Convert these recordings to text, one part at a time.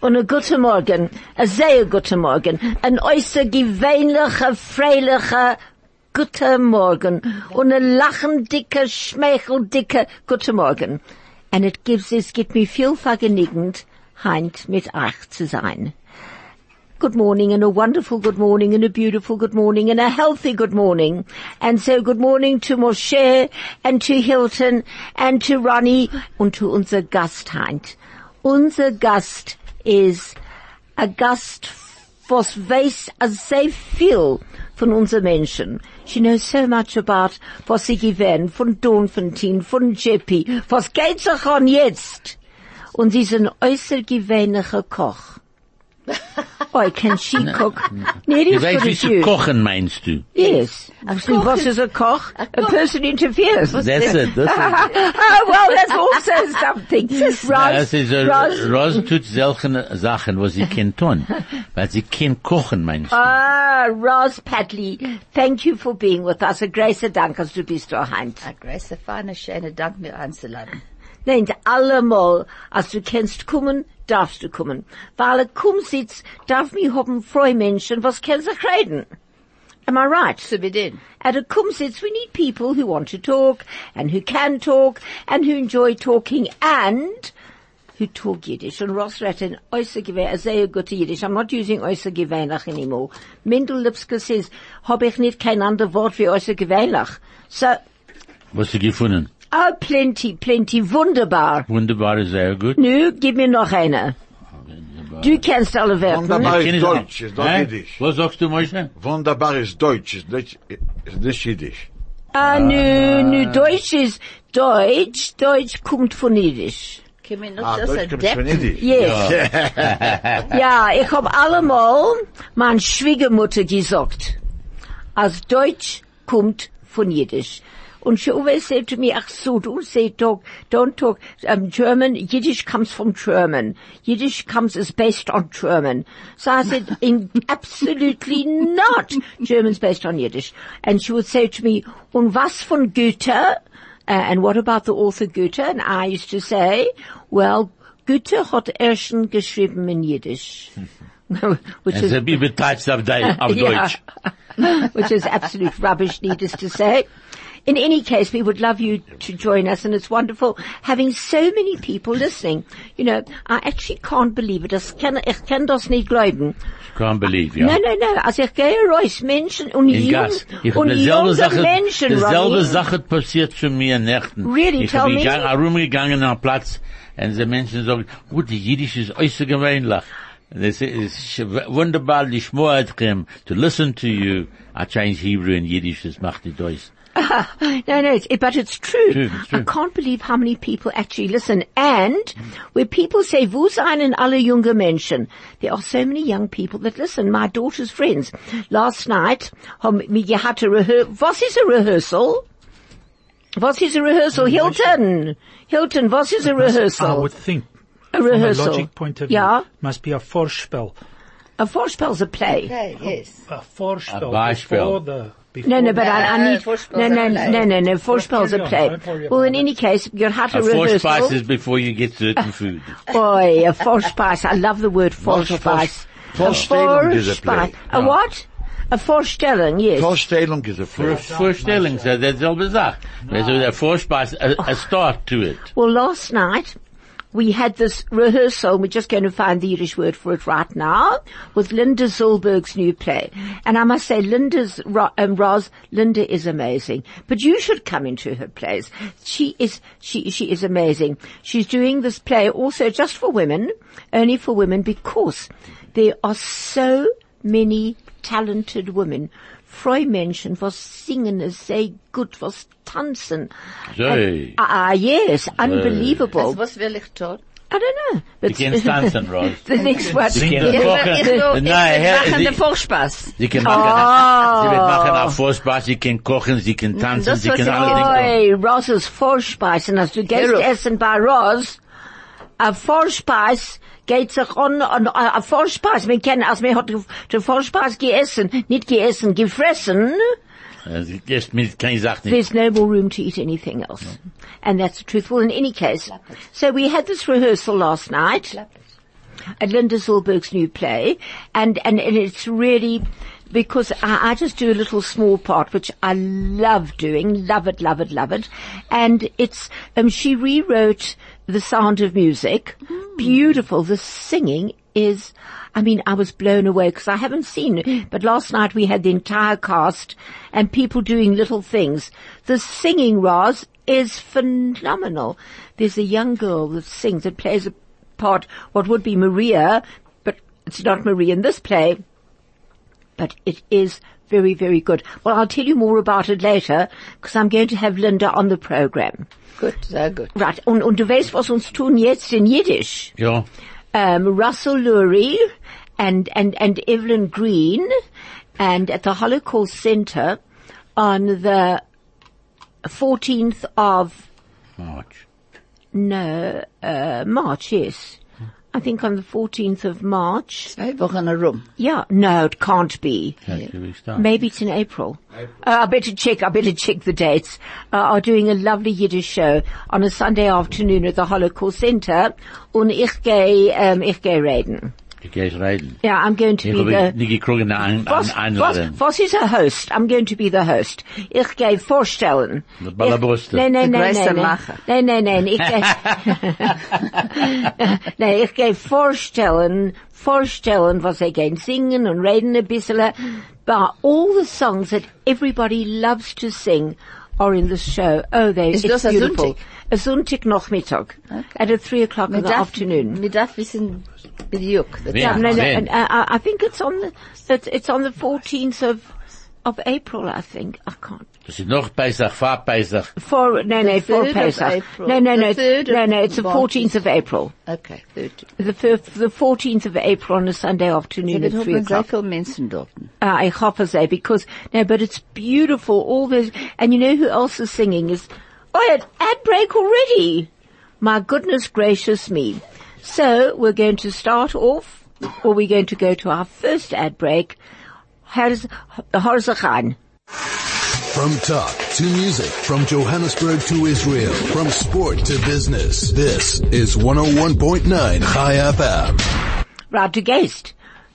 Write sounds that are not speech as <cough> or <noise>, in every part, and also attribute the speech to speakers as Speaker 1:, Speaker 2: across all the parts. Speaker 1: und einen guten Morgen, einen sehr guten Morgen, einen äußergewöhnlichen, freilichen guten Morgen und einen lachendicke, schmeichelndicke guten Morgen. And it gives, es gibt mir viel vergnügend, heint mit euch zu sein. good morning and a wonderful good morning and a beautiful good morning and a healthy good morning. And so good morning to Moshe and to Hilton and to Ronnie und to unser Gast Heint. Unser Gast is a Gast was weiß as sehr viel von unser Menschen. She knows so much about was sie gewähren, von Donfontein, von Jeppy, was geht sich an jetzt? Und sie ist ein äußergewöhnlicher Koch. Oh, can she cook? It
Speaker 2: Ich
Speaker 1: is
Speaker 2: weiß,
Speaker 1: good
Speaker 2: wie
Speaker 1: as
Speaker 2: zu
Speaker 1: you.
Speaker 2: kochen meinst du.
Speaker 1: Yes. Actually, what is a koch? A, person interferes.
Speaker 2: That's
Speaker 1: <laughs>
Speaker 2: it, that's it.
Speaker 1: oh, well, that's also something. Ros,
Speaker 2: Das ist, äh,
Speaker 1: Ros-
Speaker 2: Rose tut solche Sachen, was sie
Speaker 1: <laughs>
Speaker 2: kennt tun. Weil sie kennt kochen meinst du.
Speaker 1: Ah, Ros Padley, thank you for being with us. A großer Dank, dass du bist da, Heinz.
Speaker 3: A große, feine, schöne Dank, mir einzuladen.
Speaker 1: Nein, allemal, als du kennst kommen, darfst du kommen. Weil er komm sitzt, darf mich haben Freumenschen, was kann sich reden. Am I right?
Speaker 3: Zu Beginn.
Speaker 1: At a Kumsitz, we need people who want to talk and who can talk and who enjoy talking and who talk Yiddish. And Ross Ratton, Oysergewehr, a sehr gute Yiddish. I'm not using Oysergewehrlach anymore. Mindel Lipska says, hab ich nicht kein ander Wort wie Oysergewehrlach. So,
Speaker 2: Was sie gefunden.
Speaker 1: oh, plenty, plenty, wunderbar.
Speaker 2: Wunderbar, sehr gut.
Speaker 1: Nu, gib mir noch eine. Du kennst alle Wörter.
Speaker 4: Wunderbar.
Speaker 2: Ich kenne
Speaker 4: ist
Speaker 2: sie
Speaker 4: Deutsch,
Speaker 2: auch.
Speaker 4: ist doch
Speaker 2: Hä?
Speaker 4: Jiddisch.
Speaker 2: Was sagst du, Moshe?
Speaker 4: Wunderbar ist Deutsch, ist nicht, ist nicht Jiddisch.
Speaker 1: Ah, nu, nu, Deutsch ist Deutsch. Deutsch kommt von Yiddish.
Speaker 3: Können wir
Speaker 4: Ah,
Speaker 3: noch das
Speaker 4: Deutsch kommt von
Speaker 3: entdecken?
Speaker 4: Jiddisch.
Speaker 1: Yes. Ja, ich hab allemal mein Schwiegermutter gesagt, als Deutsch kommt von Jiddisch. Und she always said to me, ach so, don't say talk, don't talk, um, German, Yiddish comes from German. Yiddish comes is based on German. So I said, in, absolutely not. German's based on Yiddish. And she would say to me, und was von Goethe? Uh, and what about the author Goethe? And I used to say, well, Goethe hat Erschen geschrieben in Yiddish. <laughs> Which
Speaker 2: Es
Speaker 1: is,
Speaker 2: ist betouched auf Dei- auf
Speaker 1: <laughs> Ja.
Speaker 2: Deutsch.
Speaker 1: <laughs> which is absolute rubbish, needless to say. In any case, we would love you to join us, and it's wonderful having so many people listening. You know, I actually can't believe it. Ich kann, ich kann das nicht glauben.
Speaker 2: Can't believe, ja.
Speaker 1: No, no, no. Als ich gehe raus, Menschen und
Speaker 2: In
Speaker 1: jung,
Speaker 2: Gas. Ich hab
Speaker 1: und junge
Speaker 2: dieselbe Sache,
Speaker 1: Menschen,
Speaker 2: dieselbe
Speaker 1: Ronnie.
Speaker 2: Sache passiert zu mir nächten.
Speaker 1: Really,
Speaker 2: ich hab
Speaker 1: tell me.
Speaker 2: gegangen- herumgegangen am Platz, und die Menschen sagen, gut, die Jiddisch ist äußergewöhnlich. This is wunderbar, die Schmoatchem, to listen to you. I change Hebrew and Yiddish, das macht die Deutsch.
Speaker 1: <laughs> No, no, it's, but it's true.
Speaker 2: True, it's true.
Speaker 1: I can't believe how many people actually listen. And where people say, wo seinen alle junge Menschen? There are so many young people that listen. My daughter's friends. Last night, haben wir gehabt a rehearsal. Was ist a rehearsal? Was ist a rehearsal? Hilton! Hilton, was ist a
Speaker 5: Mm-hmm. I
Speaker 1: rehearsal?
Speaker 5: would think,
Speaker 1: A
Speaker 5: from a
Speaker 1: rehearsal.
Speaker 5: logic point of view,
Speaker 1: Yeah.
Speaker 5: must be a Vorspiel.
Speaker 1: A vorspel's a play.
Speaker 3: Okay, yes.
Speaker 5: A Vorspiel.
Speaker 2: A Beispiel.
Speaker 5: Before the, before
Speaker 1: No, no, but
Speaker 5: the,
Speaker 1: I,
Speaker 3: No,
Speaker 1: I need,
Speaker 3: Vorspel's
Speaker 1: no,
Speaker 3: a
Speaker 1: no,
Speaker 3: play.
Speaker 1: no, no, no, vorspel's a
Speaker 5: Carry on,
Speaker 1: play.
Speaker 5: don't worry about
Speaker 1: Well, in
Speaker 5: it.
Speaker 1: any case, you had a
Speaker 2: A four
Speaker 1: rehearsal.
Speaker 2: spices before you get certain
Speaker 1: <laughs>
Speaker 2: food.
Speaker 1: Boy, a Vorspice. I love the word
Speaker 4: What's a
Speaker 1: Vorspice.
Speaker 4: Vorst-
Speaker 1: A
Speaker 4: Vorstellung is a play. Oh.
Speaker 1: Vorspice. A what? A Vorstellung, yes.
Speaker 4: Vorstellung ist ein
Speaker 2: For a
Speaker 4: Fleisch.
Speaker 2: Vorstellung, so that's all bizarre. There's a Vorspeise, a, a start to it.
Speaker 1: well, last night we had this rehearsal. We're just going to find the Yiddish word for it right now with Linda Zolberg's new play. And I must say, Linda's, Ro- um, Roz, Linda is amazing. But you should come into her plays. She is, she, she is amazing. She's doing this play also just for women, only for women because there are so many talented women. Freumenschen, was singen is sehr gut, was tanzen.
Speaker 2: Sorry.
Speaker 1: Ah, ah, yes, unbelievable.
Speaker 3: Was, was will ich tun?
Speaker 1: I don't know. But
Speaker 2: You can Tanzen, Rose.
Speaker 1: <laughs> the next one.
Speaker 2: Sie
Speaker 5: Sing
Speaker 2: kann
Speaker 5: the-
Speaker 3: Ich will, ich
Speaker 1: er-
Speaker 2: kochen.
Speaker 3: will, ich
Speaker 2: Nein, Herr,
Speaker 3: will machen
Speaker 2: sie-
Speaker 3: den Vorspaß.
Speaker 2: Sie kann machen, sie wird machen auch Vorspeise, sie kann kochen, sie kann tanzen,
Speaker 3: das
Speaker 2: sie
Speaker 3: was
Speaker 2: kann
Speaker 3: ich-
Speaker 2: alles Dinge.
Speaker 1: Oi, Ross's Vorspeis, and as du gehst
Speaker 3: Hero.
Speaker 1: essen bei Ross, a Vorspeis geht sich on, on a Vorspeis, wir kennen, als wir hat die Vorspeis geessen, nicht geessen, gefressen,
Speaker 2: Also, Das mit keine Sache nicht.
Speaker 1: there's no more room to eat anything else. And that's the truth. Well, in any case, so we had this rehearsal last night. at Linda Zilberg's new play, and, and, and it's really because I, I just do a little small part, which I love doing, love it, love it, love it, and it's um, she rewrote The Sound of Music, beautiful. The singing is. I mean, I was blown away because I haven't seen it, but last night we had the entire cast and people doing little things. The singing, Roz, is phenomenal. There's a young girl that sings, that plays a part, what would be Maria, but it's not Maria in this play, but it is very, very good. Well, I'll tell you more about it later because I'm going to have Linda on the program.
Speaker 3: Gut, sehr gut.
Speaker 1: Right, und, und du weißt, was uns tun jetzt in Yiddish?
Speaker 2: Ja.
Speaker 1: um, Russell Lurie and, and, and Evelyn Green and at the Holocaust Center on the 14th of,
Speaker 2: March.
Speaker 1: no, uh, March, yes. I think on the 14th of March.
Speaker 3: Zwei Wochen herum.
Speaker 1: Yeah, no, it can't be.
Speaker 2: That's where we start.
Speaker 1: Maybe it's in April. Uh, I better check. I better check the dates. Uh, are doing a lovely Yiddish show on a Sunday afternoon at the Holocaust Center. Und ich gehe, um, ich gehe reden.
Speaker 2: Ich geh jetzt reden.
Speaker 1: Yeah, I'm going to
Speaker 2: Ich
Speaker 1: be the.
Speaker 2: habe nicht gekriegt eine Ein-
Speaker 1: Voss,
Speaker 2: eine Einladung.
Speaker 1: Voss, Voss is a host. I'm going to be the host. Ich gehe vorstellen.
Speaker 2: Der Ballabrüste.
Speaker 1: Ich- Nein, nein,
Speaker 3: Der
Speaker 1: nein,
Speaker 3: Größe
Speaker 1: nein. nein.
Speaker 3: Macher.
Speaker 1: Nein, nein, nein. Ich gehe, nein, ich gehe vorstellen, vorstellen, was er gehen singen und reden ein bisschen. But all the songs that everybody loves to sing are in the show. Oh, they,
Speaker 3: Ist
Speaker 1: it's
Speaker 3: das ein
Speaker 1: beautiful.
Speaker 3: Sonntag?
Speaker 1: A Sonntag Nachmittag. At a three o'clock in the afternoon.
Speaker 3: Wir darf wissen, Bediuk.
Speaker 2: Wer?
Speaker 1: No, no, and,
Speaker 2: Then.
Speaker 1: uh, I I think it's on the it's, it's on the 14th of of April. I think I can't
Speaker 2: Das ist noch Pesach, vor Pesach.
Speaker 1: for no no
Speaker 3: The
Speaker 1: for
Speaker 3: 3rd of
Speaker 1: Pesach.
Speaker 3: April.
Speaker 1: No no
Speaker 3: The
Speaker 1: no
Speaker 3: 3rd of
Speaker 1: no no. It's the
Speaker 3: March.
Speaker 1: 14th of April.
Speaker 3: Okay, gut.
Speaker 1: The fir- the 14th of April on a Sunday
Speaker 3: Wir
Speaker 1: afternoon at three
Speaker 3: haben sehr
Speaker 1: o'clock.
Speaker 3: viele Menschen dort.
Speaker 1: Uh, I hope I say because no, but it's beautiful. All this and you know who else is singing is oh at ad break already. My goodness gracious me. So we're going to start off, or we're going to go to our first ad break. How's Horzakhan?
Speaker 6: From talk to music, from Johannesburg to Israel, from sport to business. This is 101.9 High FM.
Speaker 1: Right, du gehst.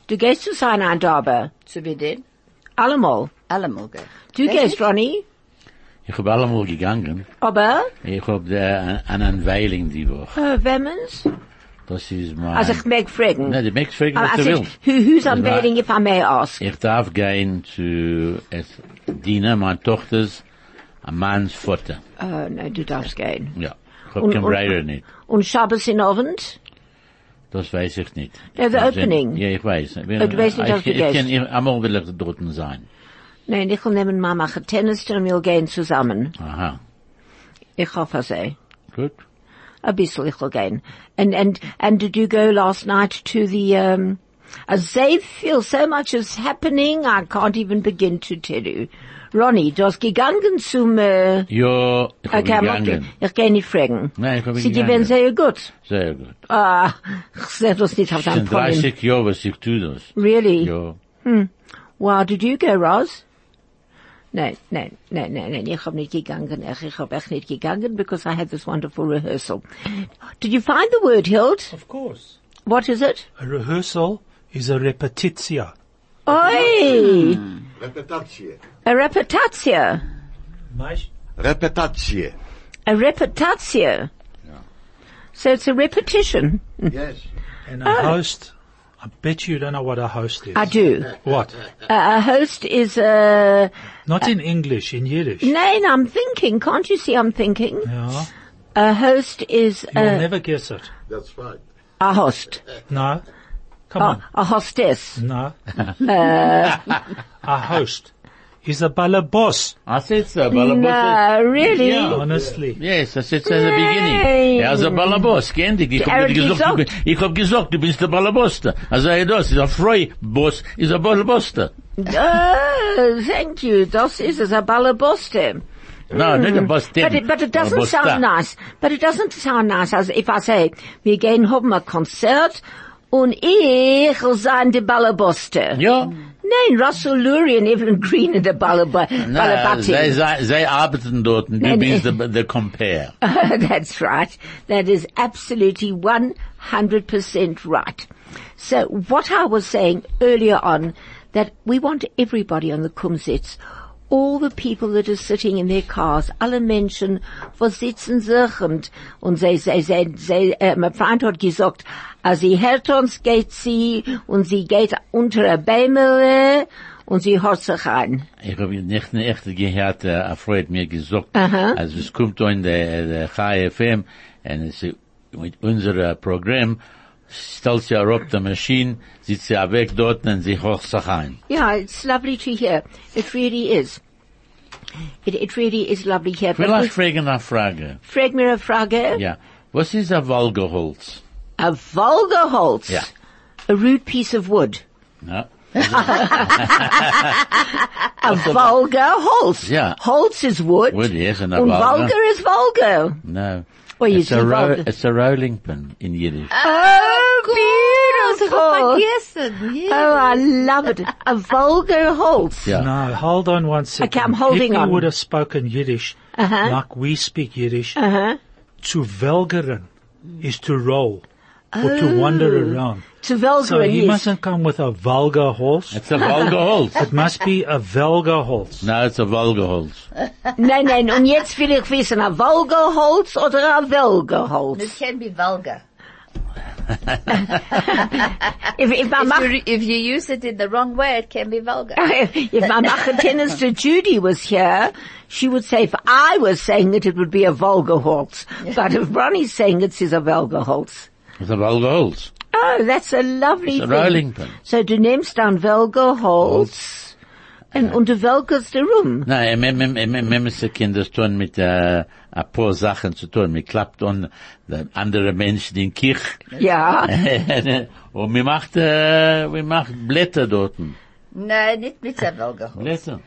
Speaker 1: Du gehst zu sein ein Darbe.
Speaker 3: Zu Bedien?
Speaker 1: Allemal.
Speaker 3: Alle Morgen.
Speaker 1: Du gehst, Ronny.
Speaker 2: Ich habe allemal gegangen.
Speaker 1: Aber,
Speaker 2: Ich habe da eine Anweilung die Woche.
Speaker 1: äh, Wemmens?
Speaker 2: Das ist mein...
Speaker 1: Also ich mag fragen.
Speaker 2: Nein, du magst fragen,
Speaker 1: I-
Speaker 2: was
Speaker 1: I
Speaker 2: du
Speaker 1: said,
Speaker 2: willst.
Speaker 1: Uh, who, who's
Speaker 2: Das
Speaker 1: on
Speaker 2: war-
Speaker 1: waiting, if I may ask?
Speaker 2: Ich darf gehen zu es Dina, meine Tochter's, ein Manns Vater.
Speaker 1: Oh, no, du darfst gehen.
Speaker 2: Ja. Ich
Speaker 1: Und-
Speaker 2: hab kein
Speaker 1: und-
Speaker 2: Breyer nicht.
Speaker 1: Und Shabbos in Abend?
Speaker 2: Das weiß ich nicht.
Speaker 1: Ja, the
Speaker 2: Also,
Speaker 1: opening. Äh,
Speaker 2: Ja, ich weiß. Du
Speaker 1: du weißt nicht, dass
Speaker 2: ich,
Speaker 1: du
Speaker 2: ich, ich
Speaker 1: gehst.
Speaker 2: kann ich- einmal will ich dort sein.
Speaker 1: Nein, ich will nehmen Mama machen Tennis und wir gehen zusammen.
Speaker 2: Aha.
Speaker 1: Ich hoffe so.
Speaker 2: Gut.
Speaker 1: A bissel ich will gehen. And, and, and did you go last night to the, um, as they feel so much is happening, I can't even begin to tell you. Ronnie, du hast gegangen zum, äh,
Speaker 2: Ja, ich hab
Speaker 1: Okay, mach
Speaker 2: gegangen.
Speaker 1: Ich gehe nicht fragen.
Speaker 2: Nein, ich hab
Speaker 1: Sie
Speaker 2: gegangen.
Speaker 1: gewinnt sehr gut.
Speaker 2: Sehr gut.
Speaker 1: Ah, ich sehe das nicht auf
Speaker 2: Es
Speaker 1: deinem
Speaker 2: sind
Speaker 1: Problem.
Speaker 2: 30 Jahre, was ich tue das.
Speaker 1: Really?
Speaker 2: Ja.
Speaker 1: Wow, did you go, Roz? Nein, nein, nein, nein, nein, ich hab nicht gegangen. Ich, ich hab echt nicht gegangen, because I had this wonderful rehearsal. Did you find the word, Hilt?
Speaker 5: Of course.
Speaker 1: What is it?
Speaker 5: A rehearsal is a repetitia.
Speaker 1: Oi!
Speaker 4: Repetacje.
Speaker 1: A repetatio.
Speaker 4: Repetacje.
Speaker 1: A repetatio. So it's a repetition.
Speaker 4: Yes.
Speaker 5: And a host, I bet you don't know what a host is.
Speaker 1: Ah. I do.
Speaker 5: What?
Speaker 1: A a host is a...
Speaker 5: Not in English, in Yiddish.
Speaker 1: Nein, I'm thinking. Can't you see I'm thinking?
Speaker 5: Yeah.
Speaker 1: A host is
Speaker 5: You'll
Speaker 1: a,
Speaker 5: never guess it.
Speaker 4: That's right.
Speaker 1: a host,
Speaker 5: No. Come
Speaker 1: a,
Speaker 5: on.
Speaker 1: a hostess. <laughs>
Speaker 5: No.
Speaker 1: Uh.
Speaker 5: a host is a balabos.
Speaker 2: I said so, Balabos.
Speaker 1: No, really?
Speaker 2: Yeah.
Speaker 5: Honestly.
Speaker 2: Yes, I said so in the
Speaker 1: Nein.
Speaker 2: beginning. Ja, also Balabos, kenn dich. Ich
Speaker 1: Er
Speaker 2: hab
Speaker 1: hat
Speaker 2: gesagt, du
Speaker 1: gesagt.
Speaker 2: bist- ich hab gesagt, du bist der Balabos. Also, ja, das ist ein Freuboss, ist ein Balabos.
Speaker 1: Oh, thank you. Das ist es, a balaboste.
Speaker 2: No, nicht ein Boss.
Speaker 1: But it, but it doesn't sound nice. But it doesn't sound nice as if I say, wir gehen haben ein Konzert Und ich will sein die Ballaboste.
Speaker 2: Ja.
Speaker 1: Nein, Russell Lurie and Evelyn Green in der Ballaba
Speaker 2: Na, sie,
Speaker 1: Ballabati.
Speaker 2: sie, sie arbeiten dort und du
Speaker 1: Nein,
Speaker 2: bist der, der Compare.
Speaker 1: <laughs> That's right. That is absolutely 100% right. So what I was saying earlier on, that we want everybody on the Kumsitz, all the people that are sitting in their cars, alle Menschen, wo sitzen sich und, und sie, sie, sie, sie, äh, mein Freund hat gesagt, als sie hält uns, geht sie, und sie geht unter der Bämele, und sie hat sich ein.
Speaker 2: Ich habe nicht eine echte gehört, äh, ein Freund mir gesagt, als es kommt in der, der KFM, und es ist mit unserem Programm, stellt sie auf die Maschine, sitzt sie weg dort und sie hoch sich ein.
Speaker 1: Yeah, it's lovely to hear. It really is. It, it really is lovely here.
Speaker 2: Ich will euch fragen eine Frage.
Speaker 1: Frag mir a Frage.
Speaker 2: Ja. Was ist ein Walgeholz?
Speaker 1: A vulgar Holz.
Speaker 2: Yeah.
Speaker 1: A rude piece of wood.
Speaker 2: Ja.
Speaker 1: A vulgar Holz.
Speaker 2: Yeah.
Speaker 1: Holz is wood.
Speaker 2: Wood, yes, and a
Speaker 1: Und
Speaker 2: vulgar.
Speaker 1: vulgar is vulgar.
Speaker 2: No.
Speaker 1: Well, you
Speaker 2: it's, a
Speaker 1: see
Speaker 2: ro
Speaker 1: vulgar.
Speaker 2: it's a rolling pin in Yiddish.
Speaker 1: Oh, beautiful.
Speaker 3: Vergessen,
Speaker 1: Oh, I love it. A vulgar Holz.
Speaker 2: Yeah.
Speaker 5: No, hold on one second.
Speaker 1: Okay, I'm holding on.
Speaker 5: if
Speaker 1: Uh-huh.
Speaker 5: you would have spoken Yiddish, like we speak Yiddish, to velgeren is to roll or to
Speaker 1: Oh.
Speaker 5: wander around.
Speaker 1: To vulgar,
Speaker 5: So he
Speaker 1: yes.
Speaker 5: mustn't come with a vulgar horse.
Speaker 2: It's a Walgeholz.
Speaker 5: <laughs> It must be a
Speaker 1: <laughs>
Speaker 5: velga horse.
Speaker 2: no, it's a Walgeholz.
Speaker 1: Nein, nein, und jetzt will ich wissen, a vulgar Holz oder a vulgar
Speaker 3: Oh. It <laughs>
Speaker 1: Holz?
Speaker 3: can be vulgar.
Speaker 1: If, if I
Speaker 3: If
Speaker 1: mach
Speaker 3: you, if you use it in the wrong way, it can be vulgar.
Speaker 1: <laughs> if my Machatinister Judy was here, she would say if I was saying it, it would be a vulgar Holz. But if Ronnie's saying it, it's a vulgar Holz.
Speaker 2: It's a Walgeholz.
Speaker 1: Oh, that's a lovely
Speaker 2: It's a
Speaker 1: thing.
Speaker 2: rolling pin.
Speaker 1: So du nimmst dann vulgar Holz and und du welgerst du rum.
Speaker 2: Na, im im im im im ist die Kinder tun mit äh, a paar Sachen zu tun. Mir klappt und der andere Mensch den Kirch
Speaker 1: Ja.
Speaker 2: und mir macht äh, wir macht Blätter dort.
Speaker 3: No, nicht mit a vulgar.
Speaker 2: Blätter.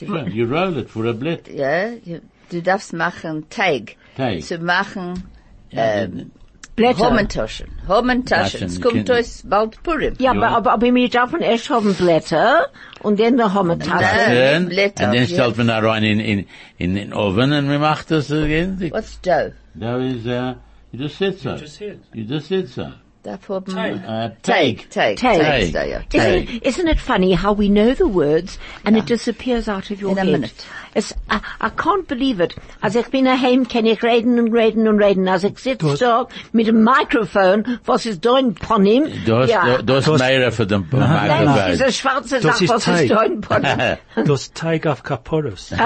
Speaker 2: You roll it for a Blatt.
Speaker 3: Ja, you- du darfst machen Teig.
Speaker 2: Teig.
Speaker 3: Zu machen
Speaker 2: Ähm,
Speaker 1: Blätter.
Speaker 3: Homentaschen. Homentaschen.
Speaker 2: Taschen,
Speaker 3: Es kommt
Speaker 2: Kinder.
Speaker 3: aus bald Purim.
Speaker 1: Ja, aber, aber, aber wir dürfen erst haben Blätter und dann wir haben Tasse.
Speaker 3: Nein.
Speaker 2: Dann, und
Speaker 3: Blätter,
Speaker 2: dann
Speaker 3: ja.
Speaker 2: stellt man da rein in, in, in den Ofen und wir macht das again.
Speaker 3: What's dough?
Speaker 2: Da ist, äh, you just sit so. You
Speaker 5: just sit.
Speaker 2: You just sit so.
Speaker 3: Darf oben...
Speaker 2: Äh,
Speaker 3: Teig. Teig.
Speaker 1: Teig.
Speaker 3: Teig's dough, ja. Teig.
Speaker 1: Isn't, it- isn't it funny how we know the words and it disappears out of your
Speaker 3: In a
Speaker 1: head?
Speaker 3: minute.
Speaker 1: It's, I, I can't believe it. Als ich bin daheim, kann ich reden und reden und reden. Als ich sitze da mit dem Mikrofon, was ist da in Ponim?
Speaker 2: Du hast,
Speaker 1: ja.
Speaker 2: du, du hast
Speaker 5: Das-
Speaker 2: mehr für den
Speaker 1: Nein,
Speaker 2: Mikrofon.
Speaker 1: diese schwarze
Speaker 5: Das
Speaker 1: Sache,
Speaker 5: ist
Speaker 1: was ist
Speaker 5: Teig.
Speaker 1: da in
Speaker 2: <laughs>
Speaker 1: Ponim?
Speaker 5: Does take off kaporos.
Speaker 1: Uh,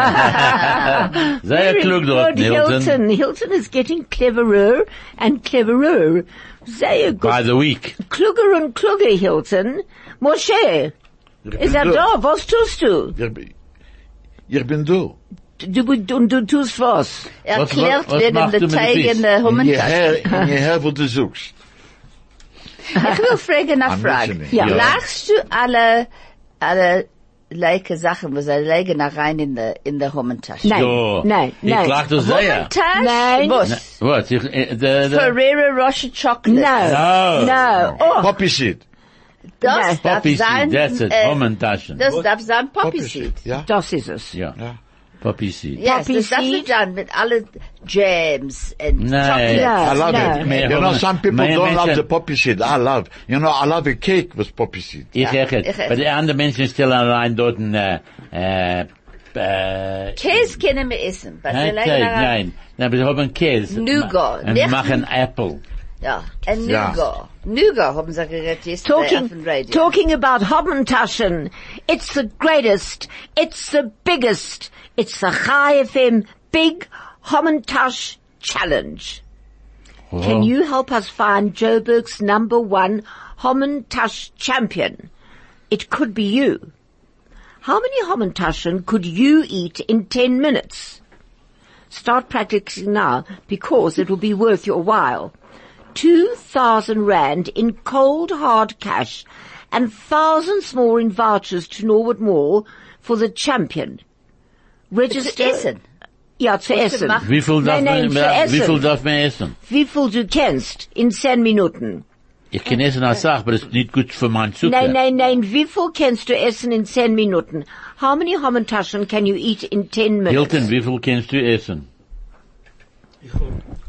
Speaker 2: Sehr klug dort, Hilton.
Speaker 1: Hilton. Hilton is getting cleverer and cleverer. Sehr gut.
Speaker 2: By the week.
Speaker 1: Kluger und kluger, Hilton. Moshe, ist er da? Was tust du?
Speaker 4: Ich bin, ich bin du.
Speaker 1: Du, du, und du tust was?
Speaker 3: Er
Speaker 2: Was-
Speaker 3: erklärt
Speaker 2: was- was
Speaker 3: werden
Speaker 2: machst du
Speaker 3: der
Speaker 2: mit dem
Speaker 3: Teig
Speaker 2: Fisch?
Speaker 3: in der
Speaker 4: In je
Speaker 3: Homentaschen.
Speaker 4: her, in je her, wo du suchst.
Speaker 3: Ich will fragen eine
Speaker 4: Am
Speaker 3: Frage.
Speaker 4: liebsten nicht.
Speaker 1: Ja.
Speaker 3: Lachst du alle, alle leike Sachen, was er legen nach rein in der, in der Homentaschen?
Speaker 1: Nein,
Speaker 2: Jo.
Speaker 1: nein,
Speaker 2: Ich
Speaker 1: nein.
Speaker 2: lach das sehr.
Speaker 3: Homentasch?
Speaker 1: Nein.
Speaker 3: Was?
Speaker 2: What? Ich, äh, der,
Speaker 3: Also-
Speaker 2: der,
Speaker 3: Ferrero Rocher Chocolate.
Speaker 1: No,
Speaker 2: no.
Speaker 1: no. Oh,
Speaker 4: Poppy seed.
Speaker 1: Nein.
Speaker 3: Das darf
Speaker 2: Poppy
Speaker 3: sein,
Speaker 2: seed, that's it.
Speaker 3: äh,
Speaker 2: Hommentaschen.
Speaker 3: Das darf sein Poppy Seed.
Speaker 4: Ja.
Speaker 1: das ist es.
Speaker 2: Ja.
Speaker 4: Ja.
Speaker 2: Poppy seed.
Speaker 3: Yes,
Speaker 1: Poppy
Speaker 3: das darf
Speaker 1: seed.
Speaker 3: nicht sein mit alle Jams and
Speaker 2: Nein.
Speaker 3: Chocolate.
Speaker 1: Ja.
Speaker 4: I love
Speaker 1: No.
Speaker 4: it.
Speaker 2: May-
Speaker 4: you know, some people
Speaker 2: may I
Speaker 4: don't love
Speaker 2: mention-
Speaker 4: the poppy seed. I love. You know, I love a cake with poppy seed.
Speaker 2: Ich
Speaker 3: Ja,
Speaker 2: heche.
Speaker 3: ich heche.
Speaker 2: Aber die anderen Menschen stellen rein dort ein, äh, äh, äh,
Speaker 3: Käse können wir essen. Was wir
Speaker 2: Nein,
Speaker 3: legen da rein.
Speaker 2: nein, nein, aber sie haben Käse.
Speaker 3: Nougat.
Speaker 2: Und
Speaker 3: Nicht-
Speaker 2: machen Apple.
Speaker 3: Ja, ein
Speaker 4: Ja.
Speaker 3: Nougat. Nougat haben sie geredet yesterday auf dem
Speaker 1: Talking,
Speaker 3: Radio.
Speaker 1: talking about Hobbentaschen. It's the greatest. It's the biggest. It's the Chai FM Big Hommentash Challenge. Can you help us find Joburg's number one Hommentash champion? It could be you. How many Hommentaschen could you eat in 10 minutes? Start practicing now because it will be worth your while. 2,000 rand in cold hard cash and thousands more in vouchers to Norwood Mall for the champion.
Speaker 3: Just
Speaker 1: Register.
Speaker 3: essen.
Speaker 1: Ja, zu essen.
Speaker 3: machen?
Speaker 2: Wie viel darf
Speaker 1: Nein, nein,
Speaker 2: man,
Speaker 1: zu essen.
Speaker 2: wie viel darf man essen?
Speaker 1: Wie viel du kennst in 10 Minuten.
Speaker 2: Ich kann essen als Sach, aber es ist nicht gut für meinen Zucker.
Speaker 1: Nein, nein, nein, wie viel kannst du essen in 10 Minuten? How many Hammentaschen can you eat in 10 minutes?
Speaker 2: Hilton, wie viel kannst du essen?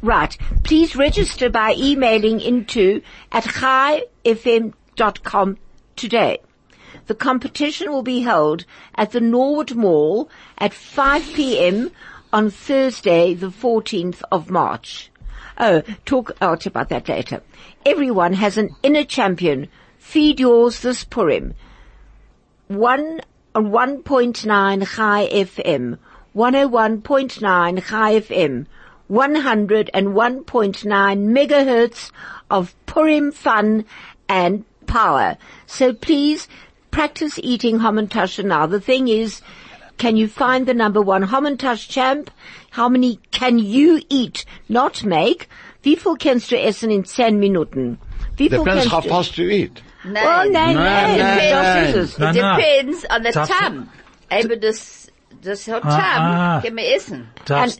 Speaker 1: Right. Please register by emailing into at highfm.com today. The competition will be held at the Norwood Mall at 5 p.m. on Thursday, the 14th of March. Oh, talk out about that later. Everyone has an inner champion. Feed yours this Purim. One on 1.9 High FM, 101.9 High FM, 101.9 megahertz of Purim fun and power. So please practice eating Hamantash now. The thing is, can you find the number one Hamantash champ? How many can you eat, not make? Wie viel kannst du essen in 10 Minuten? Wie viel
Speaker 4: Depends
Speaker 1: kannst
Speaker 4: how
Speaker 1: du-
Speaker 4: fast you eat.
Speaker 1: Oh,
Speaker 3: Nein.
Speaker 1: nein, nein,
Speaker 2: Nein, nein,
Speaker 1: das ist es.
Speaker 5: nein.
Speaker 3: It
Speaker 5: Na, na.
Speaker 3: depends on the
Speaker 5: Das-
Speaker 3: time. Eben das, das hat
Speaker 5: Ah, ah.
Speaker 3: Tam, gehen wir essen.
Speaker 5: Das,
Speaker 1: And,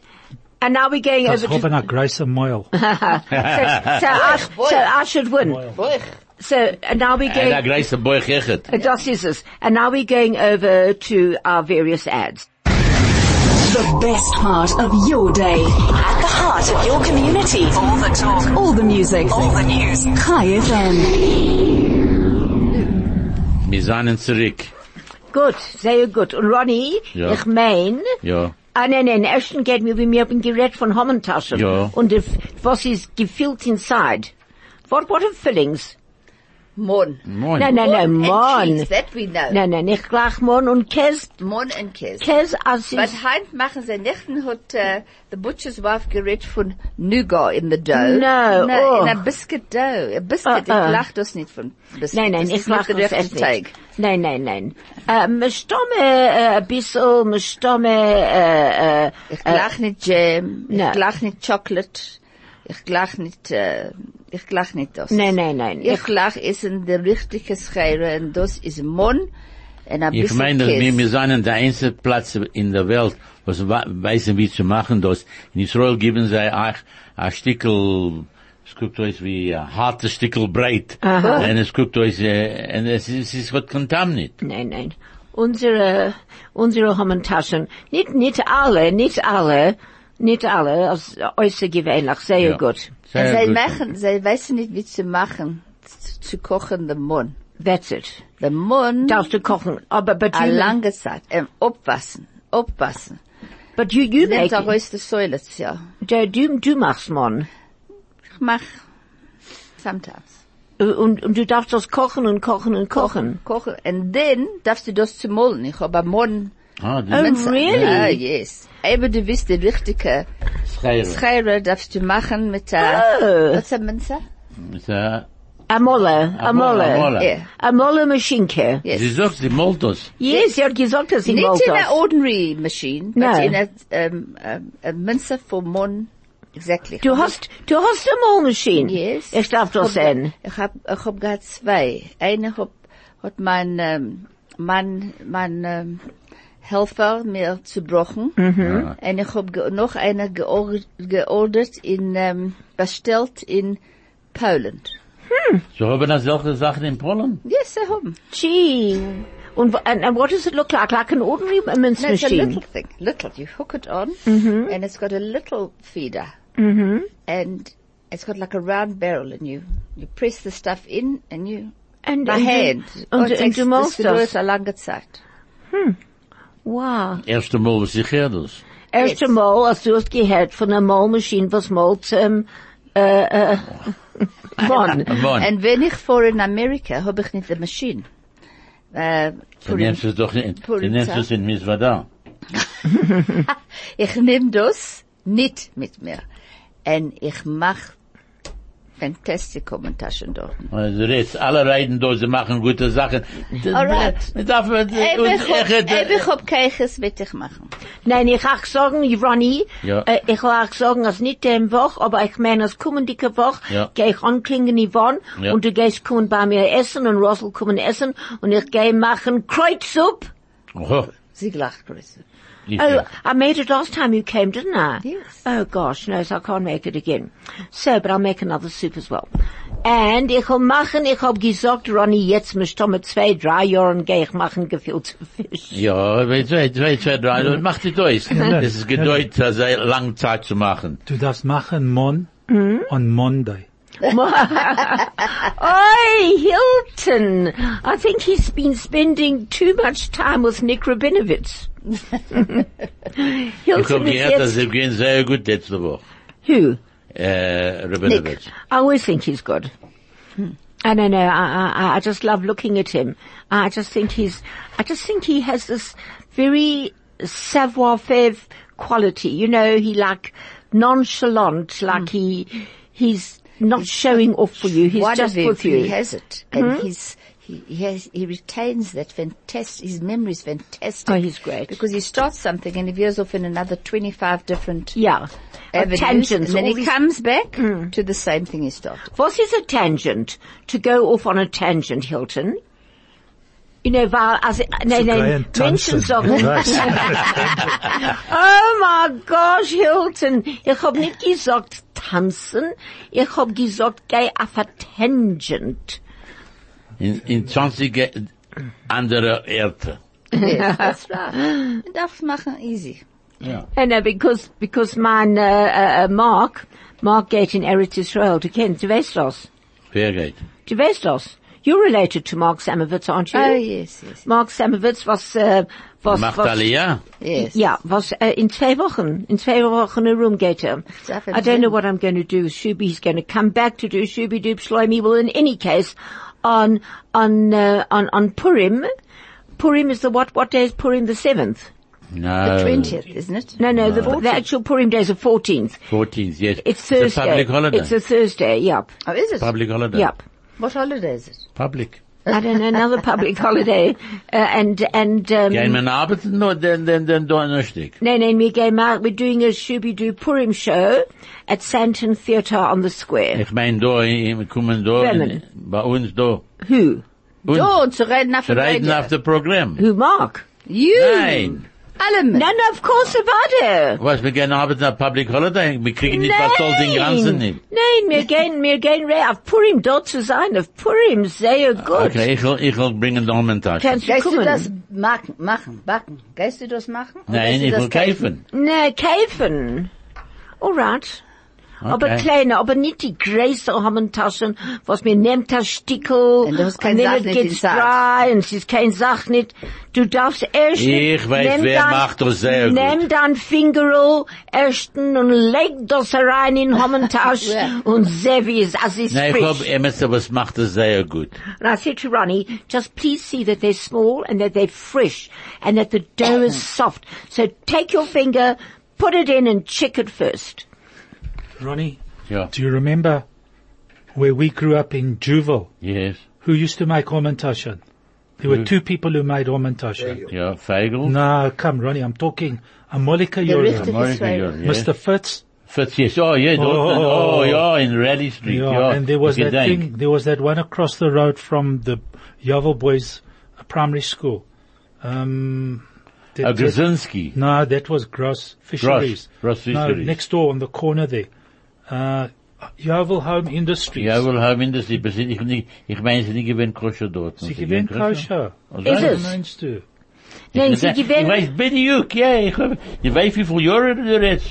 Speaker 1: and now we're going
Speaker 5: das
Speaker 1: over to
Speaker 5: haben a größer Meul.
Speaker 1: Uh-huh. So, so, I, so I should win.
Speaker 3: Boah,
Speaker 1: So and now we
Speaker 2: And I
Speaker 1: go.
Speaker 2: grace the boy gechet.
Speaker 1: Das ist es. And now we're going over to our various ads.
Speaker 7: The best part of your day. At the heart of your community. All the talk. All the music. All the news. Hi FM.
Speaker 2: Mizanen zurück.
Speaker 1: Gut, sehr gut. Und Ronny,
Speaker 2: Ja.
Speaker 1: ich mein,
Speaker 2: Ja.
Speaker 1: ah nein, nein, ersten geht mir, wie mir ein Gerät von Hommentaschen.
Speaker 2: Ja.
Speaker 1: Und if, was ist gefüllt inside? What, what are fillings?
Speaker 3: Mon.
Speaker 2: Moin.
Speaker 1: Nein, nein, nein,
Speaker 3: and cheese,
Speaker 1: Mon.
Speaker 3: that we know.
Speaker 1: Nein, nein, nicht gleich Mon und Käse,
Speaker 3: Mon and Käse.
Speaker 1: Käse, als
Speaker 3: But
Speaker 1: ist,
Speaker 3: heint machen sie nicht und hat uh, the butcher's wife gerät von Nougat in the dough.
Speaker 1: No,
Speaker 3: in
Speaker 1: oh.
Speaker 3: a, in a biscuit dough. A biscuit,
Speaker 1: Ah, ah.
Speaker 3: ich lach das nicht von biscuit.
Speaker 1: Nein, nein,
Speaker 3: das
Speaker 1: ich mache das echt
Speaker 3: Teig.
Speaker 1: nicht. Nein, nein, nein. Äh, me stomme äh, ein bisschen, me stomme, äh, äh,
Speaker 3: Ich lach nicht Jam,
Speaker 1: no.
Speaker 3: ich lach nicht Chocolate, ich lach nicht, äh, ich lach nicht das.
Speaker 1: äh, nein, nein, nein.
Speaker 3: Ich lach essen die richtige Schere und das ist Mon und ein
Speaker 2: Ich
Speaker 3: bisschen
Speaker 2: meine, dass
Speaker 3: Käse.
Speaker 2: wir, wir sind der einzige Platz in der Welt, was wa- weißen, wie zu machen das. In Israel geben sie auch ein Stickel, es guckt euch wie ein hartes Stickel breit. Und es guckt euch, äh, und es ist, es wird kontaminiert.
Speaker 1: Nein, nein. Unsere, unsere Hommentaschen, nicht, nicht alle, nicht alle, nicht alle, als äußer gewöhnlich, sehr
Speaker 2: Ja.
Speaker 1: gut.
Speaker 3: Und
Speaker 2: Sehr
Speaker 3: sie
Speaker 2: gut.
Speaker 3: machen, sie wissen nicht, wie zu machen, zu, zu kochen den Mon.
Speaker 1: That's it.
Speaker 3: Den Mon,
Speaker 1: Darfst du kochen, aber, but
Speaker 3: a
Speaker 1: you,
Speaker 3: lange Zeit, ähm, abwassen, abwassen.
Speaker 1: but you, you make,
Speaker 3: Nehmt auch
Speaker 1: it.
Speaker 3: aus der Säule, ja.
Speaker 1: du, du, du machst man.
Speaker 3: Ich mach, sometimes.
Speaker 1: Und, und du darfst das kochen und kochen und kochen.
Speaker 3: Kochen, and then darfst du das zu molen. Ich hab am Mon,
Speaker 2: Ah, die
Speaker 1: Oh,
Speaker 3: Minze.
Speaker 1: really?
Speaker 3: Ja, yes. Aber du bist die richtige
Speaker 2: Schere.
Speaker 3: Schere, darfst du machen mit der,
Speaker 1: Oh.
Speaker 3: was ist Minze?
Speaker 2: Mit der-
Speaker 1: Amole, amole.
Speaker 2: Amole.
Speaker 3: Ja.
Speaker 1: Amole Maschinke.
Speaker 3: Yes.
Speaker 2: Sie sagt, sie malt das.
Speaker 1: Yes, sie hat gesagt, dass sie
Speaker 3: Nicht
Speaker 1: wollte
Speaker 3: in a
Speaker 1: das.
Speaker 3: ordinary machine,
Speaker 1: No.
Speaker 3: but in a, um, um, a Minze for Mon, exactly.
Speaker 1: Du hast, du hast eine Mollmaschine.
Speaker 3: Yes.
Speaker 1: Ich darf das
Speaker 3: hab-
Speaker 1: sehen.
Speaker 3: Ich hab, ich hab grad zwei. Eine hab, hat mein, ähm, mein, mein, ähm, Helfer mir zerbrochen. Mhm. Und ich hab ge noch eine geor- geordert in, ähm, bestellt in Polen.
Speaker 2: So haben das solche Sachen in Polen.
Speaker 3: Yes, I have.
Speaker 1: Gee. Und, and, and what does it look like? Like an ordinary mince
Speaker 3: No, it's a
Speaker 1: machine?
Speaker 3: little thing. Little. You hook it on, and it's got a little feeder. And it's got like a round barrel, and you, you press the stuff in, and you,
Speaker 1: And-
Speaker 3: by
Speaker 1: and you-
Speaker 3: hand.
Speaker 1: and-
Speaker 3: Oh,
Speaker 1: and
Speaker 3: it takes-
Speaker 1: you
Speaker 3: this
Speaker 1: mold
Speaker 3: gedauert
Speaker 1: stuff.
Speaker 3: a lange Zeit.
Speaker 1: Wow.
Speaker 2: Erste Mal, was ich höre das.
Speaker 1: Erst
Speaker 3: Yes.
Speaker 1: einmal, als du hast gehört von einer Mollmaschine, was malt, ähm,
Speaker 3: <laughs>
Speaker 1: äh, äh, Mann.
Speaker 2: Ein Mann.
Speaker 3: And wenn ich vor in Amerika, hab ich nicht die Maschine. Äh,
Speaker 2: Du
Speaker 3: für den-
Speaker 2: nimmst es doch in, du
Speaker 3: Purim,
Speaker 2: nimmst
Speaker 3: ja.
Speaker 2: es in Misvada.
Speaker 3: ich nehm das nicht mit mir. Und ich mach fantastische Kommentaschen dort.
Speaker 2: Also jetzt, alle reiten da, sie machen gute Sachen. Das-
Speaker 3: Alright.
Speaker 2: Man darf, und
Speaker 3: Ey, ich hab-
Speaker 2: ich,
Speaker 3: ey, ich hab Keiches, werd ich machen.
Speaker 1: Nein, ich will auch sagen, Ronny,
Speaker 2: Ja.
Speaker 1: äh, ich will auch sagen, als nicht dem Woche, aber ich meine, als kommende Woche
Speaker 2: Ja.
Speaker 1: gehe ich anklingen Yvonne
Speaker 2: Ja.
Speaker 1: und du gehst kommen bei mir essen und Russell kommen essen und ich gehe machen Kreuzsuppe.
Speaker 2: Oho.
Speaker 3: Sie lacht größer.
Speaker 2: Yes,
Speaker 1: Oh,
Speaker 2: yes.
Speaker 1: I made it last time you came, didn't I?
Speaker 3: Yes.
Speaker 1: Oh gosh, no, so I can't make it again. So, but I'll make another soup as well. And ich will machen, ich hab gesagt, Ronny, jetzt mischt doch mit zwei, drei Jahren geh ich machen gefüllte Fisch.
Speaker 2: Ja, wenn zwei, zwei, zwei, drei, und macht die Deus. Es ist gedeutet, das sei lang Zeit zu machen.
Speaker 5: Du darfst machen Mon
Speaker 1: Mm-hmm.
Speaker 5: on Monday.
Speaker 1: <laughs> Oi, Hilton! I think he's been spending too much time with Nick Rabinowitz.
Speaker 2: Ich habe
Speaker 1: Hilton is
Speaker 2: gehört, dass
Speaker 1: Also jetzt,
Speaker 2: sie gehen sehr gut letzte Woche.
Speaker 1: who?
Speaker 2: Äh,
Speaker 1: Nick.
Speaker 2: Rabinowitz.
Speaker 1: I always think he's good.
Speaker 3: Hmm.
Speaker 1: I don't know. I, I- I, I just love looking at him. I just think he's, I just think he has this very savoir-faire quality. You know, he like nonchalant, like
Speaker 3: Hmm.
Speaker 1: he, he's not showing off for you. He's
Speaker 3: One
Speaker 1: just
Speaker 3: of it,
Speaker 1: with you.
Speaker 3: he has it, and
Speaker 1: Mhm.
Speaker 3: he's he he has he retains that fantastic. His memory is fantastic.
Speaker 1: Oh, he's great.
Speaker 3: because he starts something and he veers off in another twenty-five different
Speaker 1: yeah.
Speaker 3: avenues,
Speaker 1: tangents.
Speaker 3: and then
Speaker 1: all
Speaker 3: he
Speaker 1: these-
Speaker 3: comes back to the same thing
Speaker 1: <laughs>
Speaker 3: he started.
Speaker 1: What is a tangent? To go off on a tangent, Hilton? You know, weil, also, nein, nein,
Speaker 5: gehen
Speaker 1: Menschen
Speaker 5: tanzen.
Speaker 1: sagen, <laughs> oh my gosh, Hilton, ich hab nicht gesagt tanzen, ich hab gesagt geh auf a tangent.
Speaker 2: In, in 20 andere Erde.
Speaker 3: yes, that's right. Darf machen easy.
Speaker 1: And uh, because, because mein, uh, uh, Mark, Mark geht in Eretz Israel, du kennst, du weißt das,
Speaker 2: Wer geht?
Speaker 1: du weißt das. You're related to Mark Samovitz, aren't you?
Speaker 3: Oh yes, yes,
Speaker 1: Mark Samovitz was, uh, was,
Speaker 2: Macht
Speaker 1: was,
Speaker 2: Aliyah?
Speaker 3: yes.
Speaker 1: Ja, was äh, in zwei Wochen, in zwei Wochen eine Room geht er.
Speaker 3: Darf er
Speaker 1: I don't know
Speaker 3: sehen?
Speaker 1: what I'm going to do. Shubi is going to come back to do Shubi Doob Shloimi. Well, in any case, on on uh, on on Purim, Purim is the what? What day is Purim? The seventh?
Speaker 2: No.
Speaker 3: The twentieth, isn't it?
Speaker 1: No, no, the, the actual Purim day is the fourteenth.
Speaker 2: 14th, yes.
Speaker 1: It's Thursday.
Speaker 2: It's a public holiday.
Speaker 1: It's a Thursday. Yep,
Speaker 3: Oh, is it?
Speaker 2: public holiday.
Speaker 1: yep.
Speaker 3: What holiday is it?
Speaker 2: Public.
Speaker 1: I don't know another public <laughs> holiday, uh, and and. Um,
Speaker 2: Gehen wir arbeiten oder denn, denn, denn, Donnerstag?
Speaker 1: No, no, we go out. We're doing a Shubi Doo Purim show at Santon Theatre on the Square.
Speaker 2: Ich mein, da, wir kommen da, in- bei uns da.
Speaker 1: Who?
Speaker 2: Und
Speaker 3: Oh, zu reden auf
Speaker 2: zu
Speaker 3: dem
Speaker 2: reiten
Speaker 3: Radio.
Speaker 2: auf dem Programm.
Speaker 1: Who, Mark?
Speaker 3: You.
Speaker 2: Nein.
Speaker 3: Allemann.
Speaker 1: No, no, of course about her.
Speaker 2: Was, wir gehen arbeiten auf Public Holiday? Wir kriegen nicht was soll den
Speaker 1: Nein,
Speaker 2: ganzen nicht.
Speaker 1: nein, wir gehen, wir gehen re auf Purim dort zu sein, auf Purim, sehr gut.
Speaker 2: Okay, ich will, ich will bringen Dolmentaschen.
Speaker 1: Kannst du
Speaker 3: Gehst du das
Speaker 1: kommen?
Speaker 3: machen, machen, backen? Gehst du das machen? Oder
Speaker 2: Nein,
Speaker 3: gehst du
Speaker 2: ich
Speaker 3: das
Speaker 2: will kaufen.
Speaker 1: Ne, kaufen. Alright. Aber
Speaker 2: Okay.
Speaker 1: kleine, aber nicht die größeren Hammentaschen, was mir nimmt das Stickel,
Speaker 3: Und du hast keine Sache nicht
Speaker 1: geht's
Speaker 3: inside.
Speaker 1: dry, und es ist kein Sach nicht. Du darfst erst
Speaker 2: Ich weiß,
Speaker 1: nimm
Speaker 2: wer
Speaker 1: dein-
Speaker 2: macht das sehr gut.
Speaker 1: Nimm dein Fingerl, ersten, und leg das rein in Hammentasch,
Speaker 3: <laughs> Ja.
Speaker 1: und seh wie es, als ist
Speaker 2: Nein, ich
Speaker 1: frisch.
Speaker 2: glaube, Emerson, was macht das sehr gut.
Speaker 1: And I said to Ronnie, just please see that they're small and that they're fresh and that the dough is soft. So take your finger, put it in and check it first.
Speaker 5: Ronnie,
Speaker 2: Ja.
Speaker 5: do you remember where we grew up in Juval?
Speaker 2: Yes.
Speaker 5: Who used to make Ormentashen?
Speaker 2: Mm.
Speaker 5: There were two people who made Ormentashen.
Speaker 2: Ja, Feigl.
Speaker 5: No, come, Ronnie, I'm talking. Amolika
Speaker 3: The rift
Speaker 5: Yoram.
Speaker 3: of
Speaker 2: Amerika, ja,
Speaker 3: Israel.
Speaker 2: ja.
Speaker 5: Mr. Fitz.
Speaker 2: 40, oh, yeah,
Speaker 5: Oh.
Speaker 2: Dortmund, oh, yeah, in Raleigh Street,
Speaker 5: Yeah,
Speaker 2: yeah.
Speaker 5: and there was that
Speaker 2: Good day.
Speaker 5: thing, there was that one across the road from the Yovel Boys Primary School. Um, that-
Speaker 2: A
Speaker 5: that-
Speaker 2: Grzinski.
Speaker 5: No, that was Gross Fisheries.
Speaker 2: Gross
Speaker 5: No,
Speaker 2: Fisheries.
Speaker 5: next door on the corner there. Uh, Yovel Home Industries.
Speaker 2: Ja, wohl haben das die Besitz, ich nicht, ich meine, sie nicht gewinnen Koscher dort.
Speaker 5: Sie gewinnen kosher.
Speaker 2: Is
Speaker 1: Is it?
Speaker 5: Meinst du?
Speaker 1: Nein,
Speaker 2: Ich
Speaker 1: sie
Speaker 2: weiß,
Speaker 1: gewinnen.
Speaker 2: bin ich, ja, ich hab, ich weiß, wie viele Jahre du redest.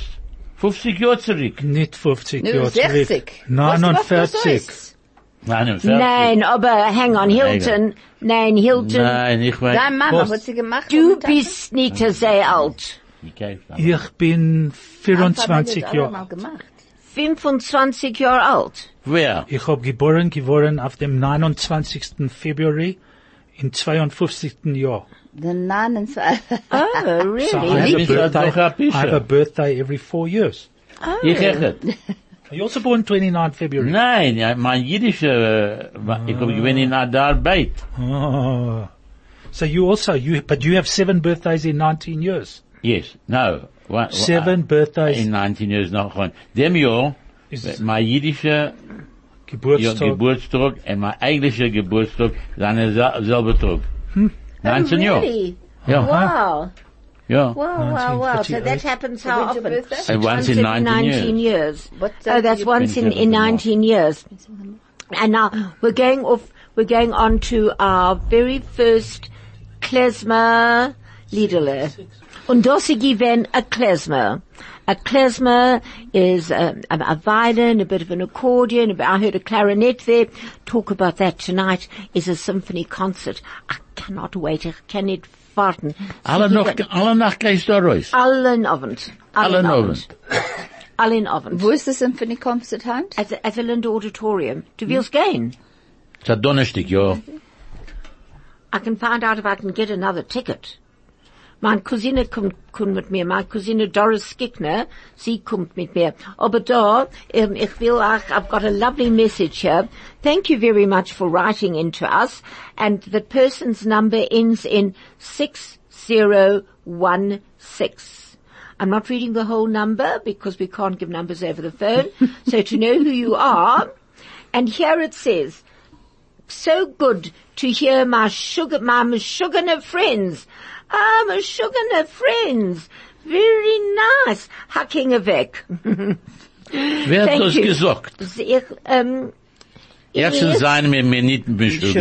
Speaker 2: 50 Jahre zurück.
Speaker 5: Nicht 50
Speaker 3: Nur
Speaker 5: Jahre
Speaker 3: 60.
Speaker 5: zurück. 49.
Speaker 2: Nein, 40.
Speaker 1: Nein, aber Oh, hang on, Hilton. Nein, Hilton.
Speaker 2: Nein, ich
Speaker 3: Dein
Speaker 2: weiß,
Speaker 3: Mama
Speaker 5: Was?
Speaker 3: hat sie gemacht.
Speaker 1: Du
Speaker 3: und dann-
Speaker 1: bist nicht sehr alt.
Speaker 2: ich weiß.
Speaker 5: Ich bin
Speaker 3: Am Papa hat das
Speaker 5: 24
Speaker 3: alle mal
Speaker 5: Jahre.
Speaker 3: gemacht.
Speaker 1: 25 Jahre alt.
Speaker 2: Wer?
Speaker 5: Ich hab geboren geworden auf dem 29. Februar im 52. Jahr.
Speaker 3: The nun <laughs> and so.
Speaker 1: Oh,
Speaker 5: So
Speaker 1: really?
Speaker 5: I have, a
Speaker 2: Really? Doch, Herr
Speaker 5: birthday, I
Speaker 2: Fischer.
Speaker 5: have a birthday every four years.
Speaker 2: Ich hechet.
Speaker 5: Are you also born 29 February?
Speaker 2: Nein, ja, mein jüdischer, äh, ich hab gewinnen in Adar Beit.
Speaker 5: Oh. So you also, you, but you have seven birthdays in 19 years.
Speaker 2: Yes, no. One,
Speaker 5: Seven
Speaker 2: in
Speaker 5: birthdays.
Speaker 2: 19 years nou, noch rein. Dem Jahr,
Speaker 5: Ist-
Speaker 2: mein jüdischer ja,
Speaker 5: Geburtstag.
Speaker 2: Geburtstag und mein eigentlicher
Speaker 3: Oh,
Speaker 2: Geburtstag, seine selbe Tag. 19 Jahre.
Speaker 1: Really?
Speaker 2: Ja.
Speaker 1: Wow.
Speaker 2: Yeah.
Speaker 8: Wow, wow, wow. So that happens how
Speaker 3: When's your
Speaker 8: often?
Speaker 3: birthday?
Speaker 2: And once in 19 years.
Speaker 1: years.
Speaker 3: What
Speaker 1: Oh,
Speaker 3: time do
Speaker 1: that's
Speaker 3: you-
Speaker 1: once in, in 19 years. And now we're going off, we're going on to our very first klezmer liederle. Und das ist gewesen a klezmer. A klezmer is um, a, a violin, a bit of an accordion, a bit- I heard a clarinet there. Talk about that tonight is a symphony concert. I cannot wait, I cannot warten.
Speaker 2: Alle
Speaker 1: Sie
Speaker 2: noch,
Speaker 1: gewesen-
Speaker 2: alle noch gehst du raus.
Speaker 1: Allen Abend.
Speaker 2: Allen Abend.
Speaker 1: <coughs> Allen Abend.
Speaker 3: Wo ist das Symphony Concert Hand?
Speaker 1: At the, at the Linda Auditorium. Du willst gehen?
Speaker 2: It's a Donnerstag, ja.
Speaker 1: I can find out if I can get another ticket. Mein Cousine kommt, kommt mit mir, meine Cousine Doris Skickner, sie kommt mit mir. Aber da, ähm, ich will auch, I've got a lovely message here. Thank you very much for writing in to us. And the person's number ends in 6016. I'm not reading the whole number because we can't give numbers over the phone. so to know who you are, and here it says, so good to hear my sugar, my Meshuggah friends. Ah, Meshuggah friends. Very nice. Hacking weg.
Speaker 2: Wer hat
Speaker 1: Thank
Speaker 2: das
Speaker 1: you.
Speaker 2: gesagt?
Speaker 1: Ich, ähm,
Speaker 2: Erstens seien wir mir nicht beschuldigt.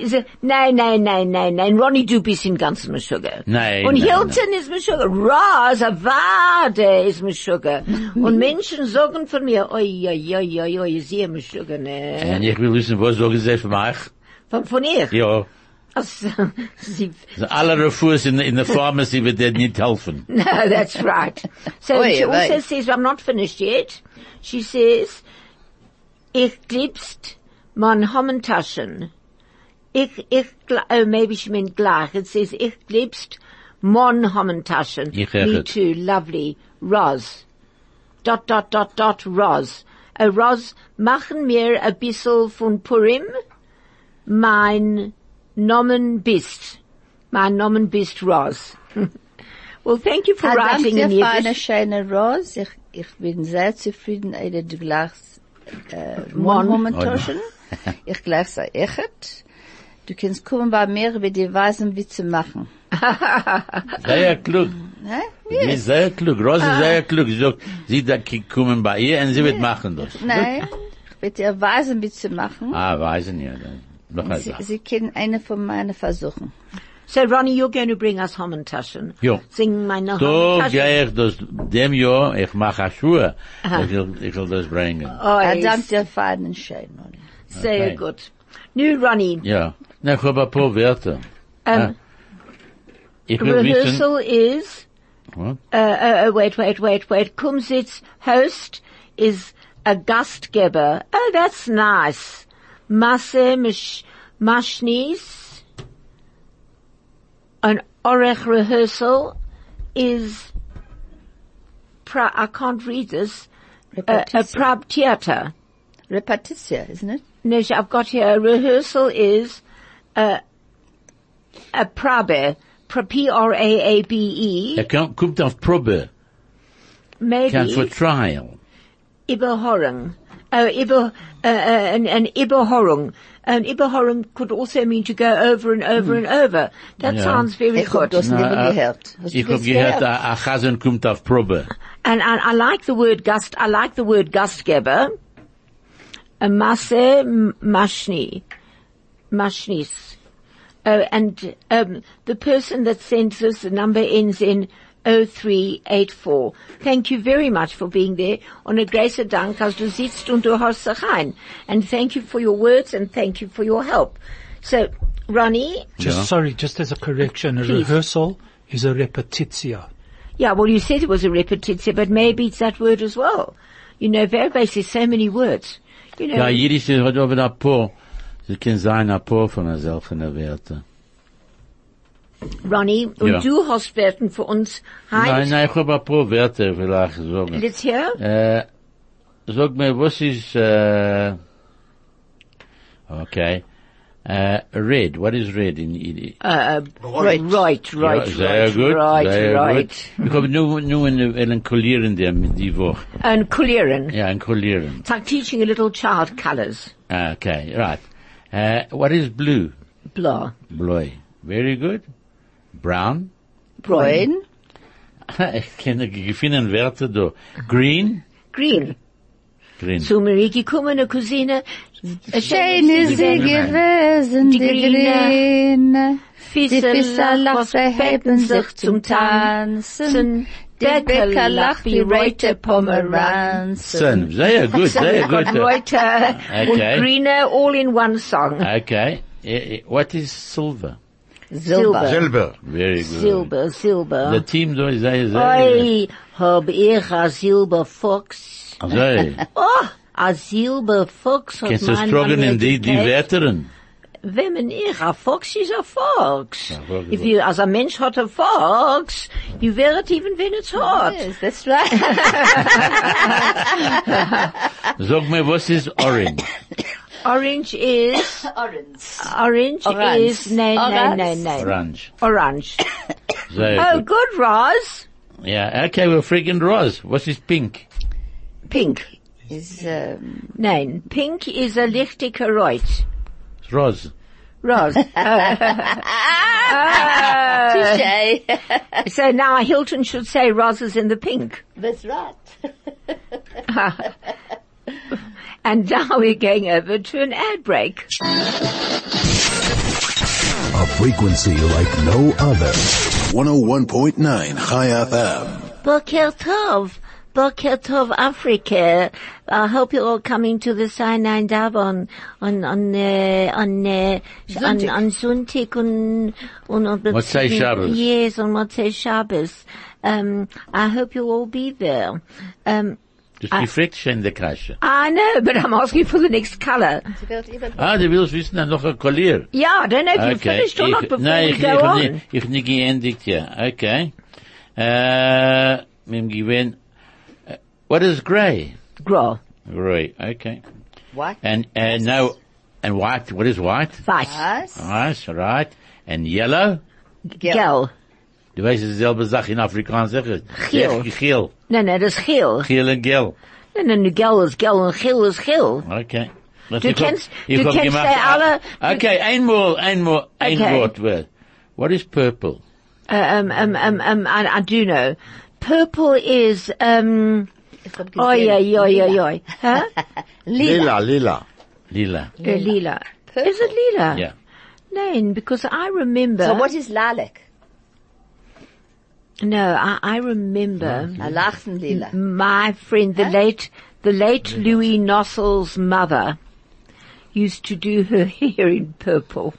Speaker 1: sie- sie- nein, nein, nein, nein, nein. Ronnie, du bist im ganzen Meshuggah.
Speaker 2: Nein,
Speaker 1: Und
Speaker 2: nein,
Speaker 1: Hilton ist Meshuggah. Ross, Avade ist Meshuggah. Und Menschen sagen von mir, oi, oi, oi, oi, oi, sie haben Meshuggah, ne?
Speaker 2: Und ich will wissen, was sagen sie für mich?
Speaker 1: Von, von ihr.
Speaker 2: Ja.
Speaker 1: <laughs> Also, sie,
Speaker 2: Also Alle Refuß in, in der Pharmacy wird dir nicht helfen.
Speaker 1: <laughs> No, that's right. So
Speaker 3: Oy,
Speaker 1: she also
Speaker 3: vey.
Speaker 1: says, I'm not finished yet. She says, ich glibst mein Hommentaschen. Ich, ich, gl- oh, maybe she meant gleich. It says, ich glibst mon Hommentaschen.
Speaker 2: Ich höre
Speaker 1: Me
Speaker 2: it.
Speaker 1: too, lovely. Roz. Dot, dot, dot, dot, Roz. Oh, Roz, machen mir a bissel von Purim mein Nomen bist. Mein Nomen bist Roz. <laughs> well, thank you for
Speaker 3: Verdammt,
Speaker 1: writing in
Speaker 3: ihr feine,
Speaker 1: Yiddish.
Speaker 3: schöne Rose. Ich, ich bin sehr zufrieden, Eide, du gleichst, äh,
Speaker 1: Mann.
Speaker 3: Mohnhommentoschen. Ich gleich sei echt. Du kannst kommen bei mir, wie die Weisen, wie zu machen.
Speaker 2: Sehr klug.
Speaker 3: Ne?
Speaker 2: Sie ist sehr klug. Rosa ist sehr klug. Sie sagt, sie da kommen bei ihr und sie wird machen das.
Speaker 3: Nein, ich will dir Weisen, wie zu machen.
Speaker 2: Ah, also. weiß ich nicht. Noch eine
Speaker 3: Sie,
Speaker 2: Sache.
Speaker 3: Sie kennen eine von meinen Versuchen.
Speaker 1: So, Ronnie, you're going to bring us Hommentaschen.
Speaker 2: Jo.
Speaker 1: Sing meine
Speaker 2: So
Speaker 1: Hommentaschen.
Speaker 2: gehe ich das, dem Jahr, ich mache eine Schuhe. Ich will, ich will das bringen.
Speaker 1: Oh,
Speaker 3: Verdammt, ihr feinen, schönen Rose.
Speaker 1: Sehr
Speaker 2: Okay.
Speaker 1: gut. Nun, Ronnie,
Speaker 2: Ja. Na, ich habe ein paar Wörter.
Speaker 1: ähm,
Speaker 2: Ich will wissen,
Speaker 1: rehearsal is,
Speaker 2: What?
Speaker 1: uh, uh, uh, wait, wait, wait, wait. Kumsitz host is a Gastgeber. Oh, that's nice. Masse Mish- Mashnis. An Orech rehearsal is, pra- I can't read this,
Speaker 3: Äh,
Speaker 1: uh, a, a
Speaker 3: Repetition.
Speaker 1: Prab theater.
Speaker 3: Repetition, isn't it?
Speaker 1: No, sh- I've got here. A rehearsal is uh, a, a prabe, pra- P-R-A-A-B-E,
Speaker 2: er kommt kommt auf Probe. Kannst für
Speaker 1: maybe
Speaker 2: Trial.
Speaker 1: Iberhorung. Oh, Iber, uh, uh, an, an Iberhorung. An Iberhorung could also mean to go over and over and over. That
Speaker 2: Yeah.
Speaker 1: sounds very
Speaker 3: Ich hab
Speaker 1: good.
Speaker 3: das nie
Speaker 2: Na, äh,
Speaker 3: gehört. Hast du
Speaker 2: Ich habe
Speaker 3: das
Speaker 2: gehört, ein ah, Chasen kommt auf Probe.
Speaker 1: And I, I like the word gust, I like the word gustgeber. A masse m- mashni. Mashnis. Oh, and, um, the person that sends us the number ends in 0384. Thank you very much for being there. Und a großer Dank, als du sitzt und du hörst dich ein. And thank you for your words and thank you for your help. So, Ronnie,
Speaker 5: Just
Speaker 2: Yeah.
Speaker 5: sorry, just as a correction, a
Speaker 1: Please.
Speaker 5: rehearsal is a repetitia.
Speaker 1: Yeah, well, you said it was a repetition, but maybe it's that word as well. You know, verbase is so many words. You know,
Speaker 2: Ja, Jiddisch hat aber ein paar. Sie können sein ein paar von der solchen Werte.
Speaker 1: Ronnie, und
Speaker 2: Ja.
Speaker 1: du hast Werten für uns.
Speaker 2: Nein,
Speaker 1: Heinz,
Speaker 2: nein, ich habe ein paar Werte vielleicht sagen.
Speaker 1: let's hear.
Speaker 2: Äh, sag mir, was ist, äh, okay, äh, red, what is red in Jiddisch?
Speaker 1: Uh, right, right, right,
Speaker 2: Ja, sehr
Speaker 1: right,
Speaker 2: gut,
Speaker 1: right,
Speaker 2: sehr
Speaker 1: right.
Speaker 2: gut. Ich habe nur, nur einen, einen Kollieren, der die Woche.
Speaker 1: And Kulieren.
Speaker 2: Ja, einen Kollieren.
Speaker 1: It's like teaching a little child colors.
Speaker 2: Ah, Okay, right. Äh, what is blue?
Speaker 1: Blah.
Speaker 2: Bleu. Very good. Brown. <laughs>
Speaker 1: Broin.
Speaker 3: Bräun,
Speaker 2: ich kenne gefunden Werte da. Green,
Speaker 1: Green.
Speaker 2: green.
Speaker 1: Zu mir gekommen, eine Cousine.
Speaker 3: Schön ist sie gewesen, die
Speaker 1: Die
Speaker 3: Grüne. Die
Speaker 1: Fischer
Speaker 3: Fischerlachse heben sich zum Tanzen. Der Bäcker lacht wie Reuter Pomeranzen.
Speaker 2: Son, sehr gut, sehr
Speaker 1: I've got
Speaker 2: gut.
Speaker 1: Reuter und
Speaker 2: Okay.
Speaker 1: Greener all in one song.
Speaker 2: Okay. Eh, eh, What is silver?
Speaker 1: Silber.
Speaker 4: Silber.
Speaker 2: Very good.
Speaker 1: Silber,
Speaker 2: The
Speaker 1: Silber.
Speaker 2: team though is there, is there.
Speaker 1: Oi, hab ich a Silber Fox. <laughs>
Speaker 2: Sorry.
Speaker 1: Oh, a Silber Fox hat
Speaker 2: Kannst du
Speaker 1: mein
Speaker 2: strugglen
Speaker 1: Mann
Speaker 2: in die, die
Speaker 1: gekriegt.
Speaker 2: Wärterin?
Speaker 1: Wenn man ich, a Fox is a Fox.
Speaker 2: Ja, wohl
Speaker 1: If you, as a Mensch hat a Fox, you wear it even when it's hot.
Speaker 3: Yes, that's right.
Speaker 2: Sag mir, was ist
Speaker 1: <laughs>
Speaker 2: orange?
Speaker 1: Orange is,
Speaker 3: Orange.
Speaker 1: orange,
Speaker 3: Orange.
Speaker 1: is, nein, nein, nein,
Speaker 3: Orange.
Speaker 1: nein.
Speaker 2: Orange.
Speaker 1: Orange.
Speaker 2: Sehr
Speaker 1: Oh,
Speaker 2: gut.
Speaker 1: good, Roz.
Speaker 2: Yeah, okay, we're freaking rose. What is pink?
Speaker 1: Pink.
Speaker 3: Is, um,
Speaker 1: Nein, pink is a lichtiger Reut.
Speaker 2: It's rose.
Speaker 1: <laughs> Rose. Äh.
Speaker 3: <laughs> touche.
Speaker 1: so now Hilton should say roses in the pink.
Speaker 3: That's right.
Speaker 1: And now we're going over to an ad break.
Speaker 6: A frequency like no other. 101.9 High FM.
Speaker 1: Boker Tov. Boker Tov Africa. I hope you're all coming to the Sinai Dab on, on, on, uh, on, uh, on,
Speaker 3: Sonntag.
Speaker 1: on Suntik on, on, on the-
Speaker 2: Motzei Shabbos.
Speaker 1: Yes, on Motzei Shabbos. Um, I hope you'll all be there. Um,
Speaker 2: Das gefragt schon in der Kasche.
Speaker 1: I know, but I'm asking for the next color.
Speaker 2: Ah, du willst wissen, dann noch ein Collier.
Speaker 1: Yeah, I don't know if you finished or not
Speaker 2: Ich,
Speaker 1: before
Speaker 2: nein,
Speaker 1: we
Speaker 2: ich,
Speaker 1: go
Speaker 2: ich,
Speaker 1: on.
Speaker 2: nicht- ich nicht geendigt, ja. Okay. Äh, mit dem Gewinn. äh, What is grey?
Speaker 1: Grow.
Speaker 2: Grey, okay.
Speaker 3: What?
Speaker 2: And, uh, no, and white, what is white?
Speaker 1: Weiß.
Speaker 3: Was?
Speaker 2: Nice, right. And yellow?
Speaker 1: Gel.
Speaker 2: Du weißt, es ist dieselbe Sache in Afrikaans, sag ich.
Speaker 1: Geel.
Speaker 2: Geel.
Speaker 1: Nein, nein, das ist Gel.
Speaker 2: Geel und Gel.
Speaker 1: Nein, nein, Gel ist Gel und Gel ist Gel.
Speaker 2: Okay. Was
Speaker 1: Du
Speaker 2: ich hab-
Speaker 1: kennst-
Speaker 2: ich
Speaker 1: du
Speaker 2: hab
Speaker 1: kennst ja
Speaker 2: gemacht-
Speaker 1: alle-
Speaker 2: Ah, Okay, einmal, einmal, ein
Speaker 1: Okay.
Speaker 2: Wort. wird. What is purple?
Speaker 1: Um, um, um, um, I, I do know. Purple is, um, oi, oi, oi, oi, oi.
Speaker 3: <laughs>
Speaker 1: Huh?
Speaker 4: Lila, lila.
Speaker 2: Lila.
Speaker 1: Uh, Lila. Is it Lila?
Speaker 2: Yeah.
Speaker 1: Nein, because I remember.
Speaker 3: So what is Lalek?
Speaker 1: No, I, I remember
Speaker 3: A Lachen Lila.
Speaker 1: my friend, the late, the late Louis Nossel's mother used to do her <laughs> hair in purple.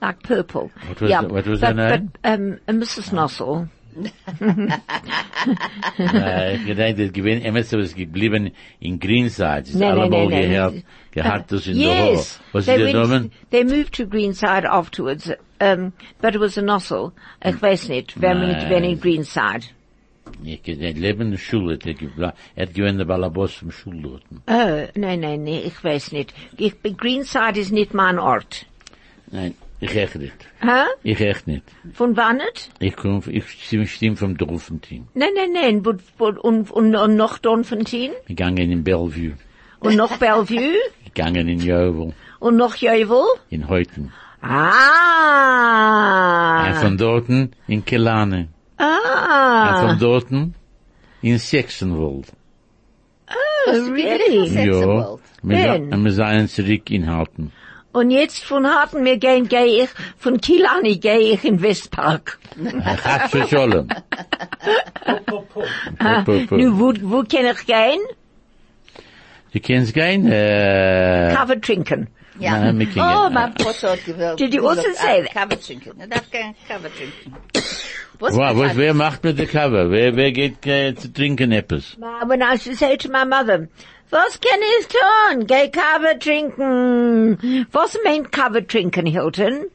Speaker 1: Like purple.
Speaker 2: What was the- what was
Speaker 1: but,
Speaker 2: her name?
Speaker 1: But, um, uh, Mrs. Nossel.
Speaker 2: Äh, ich denke, das gewinnt, immer so was geblieben in Greenside. Sie ist
Speaker 1: Nein,
Speaker 2: alle
Speaker 1: nein,
Speaker 2: mal
Speaker 1: nein, nein.
Speaker 2: gehört, gehabt das in der Haar.
Speaker 1: Yes.
Speaker 2: Was
Speaker 1: they,
Speaker 2: ist der
Speaker 1: went-
Speaker 2: Name?
Speaker 1: they moved to Greenside afterwards, um, but it was a nozzle.
Speaker 2: Mm.
Speaker 1: Ich weiß nicht, wer mit
Speaker 2: Nein.
Speaker 1: wer in Greenside.
Speaker 2: Ich kenne Leben in der Schule, der gebla- er hat gewinnt der Ballabos vom Schulloten.
Speaker 1: Oh, nein, nein, nein, ich weiß nicht. Ich, Greenside ist nicht mein Ort.
Speaker 2: Nein, ich echt nicht.
Speaker 1: Huh?
Speaker 2: Ich echt nicht.
Speaker 1: Von wann nicht?
Speaker 2: Ich komme, ich stimme, stimme vom Drufenteam.
Speaker 1: Nein, nein, nein, but, but, und, und, und noch Donfontein?
Speaker 2: Gegangen in Bellevue,
Speaker 1: Und noch Bellevue?
Speaker 2: gegangen in Jovel,
Speaker 1: Und noch Jövel?
Speaker 2: in Heuten. Und
Speaker 1: Ah!
Speaker 2: von dorten in Kelane. Und
Speaker 1: Ah!
Speaker 2: von dorten in Sachsenwald.
Speaker 1: Oh, <laughs> really?
Speaker 2: Ja,
Speaker 3: Sachsenwald.
Speaker 2: wir
Speaker 1: Ben.
Speaker 2: sa- wir seien zurück in Halten.
Speaker 1: Und jetzt von Harten, wir gehen, gehe ich, von Kilani gehe ich in Westpark.
Speaker 2: Hat für Scholem.
Speaker 1: Nu, wo, wo kann ich gehen?
Speaker 2: Du kennst kein, äh,
Speaker 1: Kaffee trinken.
Speaker 3: Ja.
Speaker 2: nein, wir kennen-
Speaker 3: Oh, mein Potter hat gewählt.
Speaker 1: Did you also say that?
Speaker 3: Kaffee trinken. Er darf keinen Kaffee trinken. Was
Speaker 2: Wow, was,
Speaker 3: hat-
Speaker 2: wer macht mit der Cover? Wer, wer geht äh, zu trinken etwas?
Speaker 1: When I should say to my mother, was kann ich tun? Geh Kaffee trinken. Was meint Kaffee trinken, Hilton?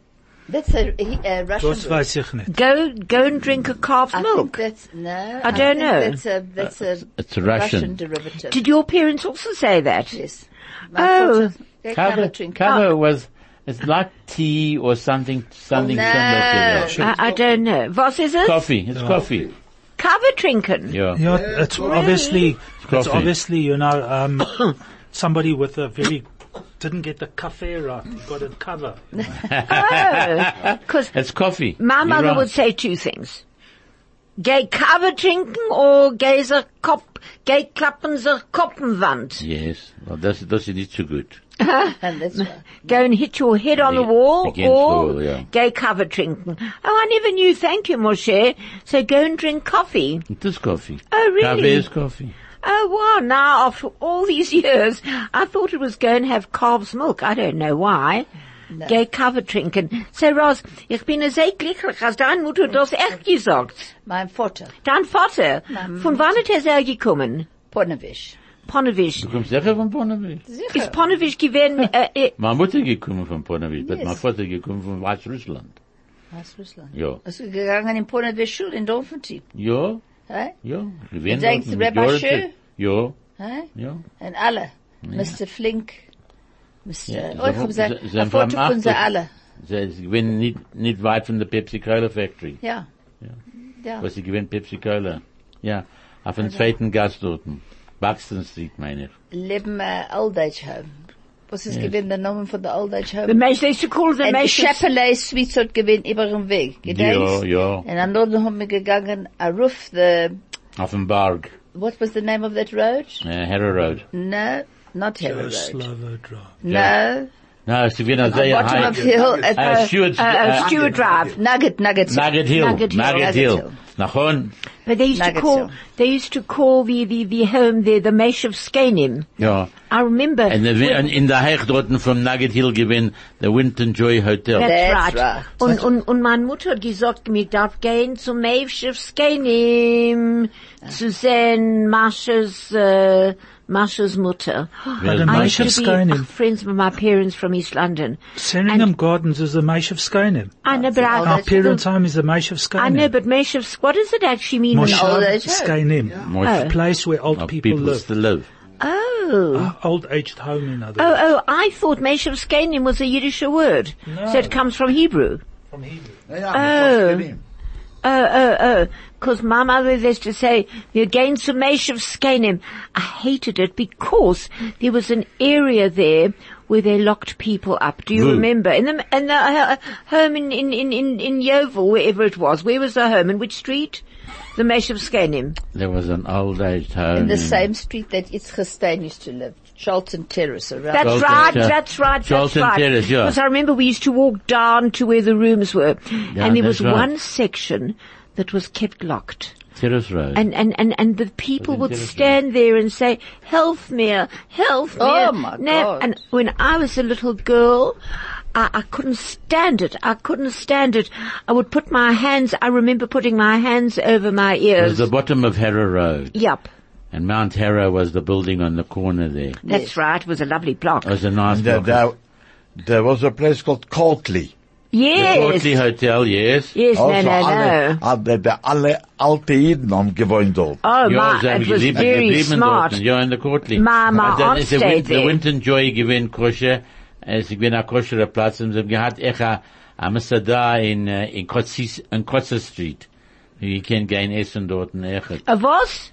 Speaker 3: That's a, he- a Russian
Speaker 5: Das weiß ich nicht.
Speaker 1: Go, go and drink a calf's
Speaker 3: I think
Speaker 1: milk.
Speaker 3: that's, no. I,
Speaker 1: don't
Speaker 3: think
Speaker 1: know.
Speaker 3: That's a, that's a
Speaker 2: it's Russian.
Speaker 3: derivative.
Speaker 1: Did your parents also say that?
Speaker 3: yes.
Speaker 1: Oh.
Speaker 3: Cover, Ah.
Speaker 2: cover was, it's like tea or something, something
Speaker 3: Oh, no.
Speaker 2: similar to that.
Speaker 1: I, I don't know. What is it?
Speaker 2: Coffee, it's coffee.
Speaker 1: Kaffee trinken.
Speaker 2: Yeah.
Speaker 5: Yeah, it's obviously, it's
Speaker 2: Coffee.
Speaker 5: obviously, you know, um, <coughs> somebody with a very, didn't get the cafe right, got it cover.
Speaker 1: Because
Speaker 2: It's coffee.
Speaker 1: my
Speaker 2: <laughs> You're
Speaker 1: Oh, mother
Speaker 2: right.
Speaker 1: would say two things. Geh Kaffee trinken oder geh sich Kopf, geh klappen sich Kopfenwand.
Speaker 2: Yes, well, that's, that's not so good.
Speaker 3: Ah, And that's why.
Speaker 1: Go and hit your head on the
Speaker 2: Ag-
Speaker 1: wall
Speaker 2: against
Speaker 1: or
Speaker 2: the wall, yeah.
Speaker 1: gay cover drinking. Oh, I never knew. Thank you, Moshe. So go and drink coffee.
Speaker 2: It is coffee.
Speaker 1: Oh, really?
Speaker 2: Kaffee is coffee.
Speaker 1: Oh, wow. Now, after all these <laughs> years, I thought it was going to have calf's milk. I don't know why. Gay cover drinking. So, Ross, ich bin sehr glücklich, als deine Mutter das echt gesagt.
Speaker 3: Mein Vater,
Speaker 1: Dein Vater,
Speaker 3: Mama.
Speaker 1: von wann hat er sehr gekommen?
Speaker 3: Ponevish.
Speaker 1: Ponevisch.
Speaker 2: Du kommst sicher von Pornavit.
Speaker 3: Äh.
Speaker 1: Ist Ponevisch gewesen, äh, äh,
Speaker 2: Meine Mutter gekommen von Pornavit, but
Speaker 3: Yes.
Speaker 2: mein Vater gekommen von Weißrussland.
Speaker 3: Aus Russland.
Speaker 2: Ja.
Speaker 3: Ist gegangen in Ponevish Schule in Dorfentie.
Speaker 2: Ja,
Speaker 3: Hey?
Speaker 2: ja. Gewinn
Speaker 3: denkst,
Speaker 2: dort in
Speaker 3: Rabbi
Speaker 2: Majority.
Speaker 3: Schö?
Speaker 2: Ja,
Speaker 3: Hey?
Speaker 2: ja.
Speaker 3: Und alle. Mr. Flink. Mr.
Speaker 2: Ja,
Speaker 3: Oh, ich hab
Speaker 2: sie-
Speaker 3: gesagt,
Speaker 2: sie
Speaker 3: ein
Speaker 2: haben
Speaker 3: Foto von sie
Speaker 2: verachtet.
Speaker 3: alle.
Speaker 2: Sie sie gewinnen nicht, nicht weit von der Pepsi-Cola Factory.
Speaker 3: Ja. Ja.
Speaker 2: Was sie gewinnen, Pepsi-Cola. Ja, auf dem zweiten Gast dort. Buxton Street, meine ich.
Speaker 3: Leben äh, Old Age Home. Was ist gewesen der Name von der Old Age Home?
Speaker 1: the Mensch, they used to call the
Speaker 3: Und Äh, die
Speaker 1: Mensch.
Speaker 3: Schäppelei ist wie so gewesen über den Weg.
Speaker 2: Ja,
Speaker 3: Gedenkst?
Speaker 2: ja.
Speaker 3: Und an dort haben wir gegangen, a roof, the,
Speaker 2: Auf dem Berg,
Speaker 3: what was the name of that road?
Speaker 2: äh, Harrow Road.
Speaker 3: No, not Harrow Road.
Speaker 5: Slava Drive.
Speaker 3: No,
Speaker 2: Na, sie gewinnen
Speaker 3: the
Speaker 2: sehr
Speaker 3: bottom
Speaker 2: high.
Speaker 3: of hill at
Speaker 2: Äh,
Speaker 3: the
Speaker 2: Stuart,
Speaker 1: Uh,
Speaker 2: äh,
Speaker 1: Stuart Drive.
Speaker 3: Nugget,
Speaker 2: Nugget Hill.
Speaker 3: Nugget.
Speaker 1: Nugget Hill.
Speaker 2: Nugget
Speaker 3: Nugget
Speaker 2: Hill.
Speaker 3: Hill.
Speaker 2: Nachon?
Speaker 1: But they used to
Speaker 3: Nuggets,
Speaker 1: call
Speaker 3: yeah.
Speaker 1: they used to call the the, the home there the Mesh of Skanim.
Speaker 2: Ja.
Speaker 1: I remember.
Speaker 2: Und der Wi- und in der Hecht dort vom Nugget Hill gewinnen, der Winton Joy Hotel.
Speaker 1: that's,
Speaker 3: That's
Speaker 1: right.
Speaker 3: right.
Speaker 1: Und, und, und meine Mutter hat gesagt, mir darf gehen zum Mesh of Skanim zu sehen Masches, äh, Masches Mutter.
Speaker 2: Wer
Speaker 5: the
Speaker 2: ist
Speaker 5: Mesh
Speaker 1: I
Speaker 5: of
Speaker 1: used to be
Speaker 5: Skanim.
Speaker 1: friends with my parents from East London.
Speaker 5: Seringham Gardens is the Mesh of Skanim.
Speaker 1: I know, but
Speaker 3: Oh,
Speaker 1: I,
Speaker 5: Our
Speaker 3: that's
Speaker 5: parents' home is the Mesh of Skanim.
Speaker 1: I know, but Mesh of, what does it actually mean?
Speaker 5: Moshav
Speaker 3: old age home.
Speaker 5: Skanim.
Speaker 2: Moshe-
Speaker 5: A place where
Speaker 3: Oh.
Speaker 5: old
Speaker 2: Of
Speaker 5: people,
Speaker 2: people
Speaker 5: live.
Speaker 2: still live.
Speaker 1: Oh.
Speaker 5: Old aged home in other
Speaker 1: Oh,
Speaker 5: words.
Speaker 1: oh, I thought Mesh of Skanim was a Yiddish word. So it comes from Hebrew.
Speaker 5: From Hebrew.
Speaker 1: Oh, oh, oh. Because my mother used to say, you're going to Mesh of Skanim. I hated it because there was an area there where they locked people up. Do you
Speaker 2: Who?
Speaker 1: remember? In the, in the uh, home in, in, in, in, in Yeovil, wherever it was. Where was the home? In which street? The Mesh of Skanim.
Speaker 2: There was an old age home.
Speaker 3: In the same street that Itzcha Stein used to live. Charlton Terrace around.
Speaker 1: That's
Speaker 2: Charlton
Speaker 1: right,
Speaker 2: Terrace.
Speaker 1: that's right, that's
Speaker 2: Charlton
Speaker 1: right.
Speaker 2: Terrace, yeah.
Speaker 1: Because I remember we used to walk down to where the rooms were. and there was
Speaker 2: that's right.
Speaker 1: one section that was kept locked.
Speaker 2: Terrace Road.
Speaker 1: and and and and the people would
Speaker 2: Interesting.
Speaker 1: stand there and say, "Help me, help me!"
Speaker 3: Oh, my God.
Speaker 1: And when I was a little girl, I, I couldn't stand it. I couldn't stand it. I would put my hands. I remember putting my hands over my
Speaker 2: It was
Speaker 1: ears.
Speaker 2: the bottom of Harrow Road.
Speaker 1: Yup,
Speaker 2: And Mount Harrow was the building on the corner there. It
Speaker 1: that's right. It was a lovely block.
Speaker 2: was a nice
Speaker 4: There,
Speaker 2: block.
Speaker 4: there, there was a place called Coltley.
Speaker 2: The Courtly
Speaker 1: yes,
Speaker 2: Hotel, yes.
Speaker 1: yes, no,
Speaker 4: Also
Speaker 1: no, no.
Speaker 4: Oh, alle, alle, der- alle alte Jiden haben gewohnt dort.
Speaker 1: Oh
Speaker 2: Ja,
Speaker 1: my,
Speaker 2: sie haben
Speaker 1: it was
Speaker 2: geliebt-
Speaker 1: very
Speaker 2: geblieben
Speaker 1: smart.
Speaker 2: dort, Ja, in der Courtly.
Speaker 1: Ma- ma
Speaker 2: Aber dann ist der
Speaker 1: Armstead
Speaker 2: Win- Der
Speaker 1: there.
Speaker 2: Winton Joy gewinnt Kosche. Es gewinnt ein koscherer Platz. Und sie haben gehabt, ich am Sada in, äh, in Kotsis, in Kotzer Street. You can gain Essen dort in Echet.
Speaker 1: A was?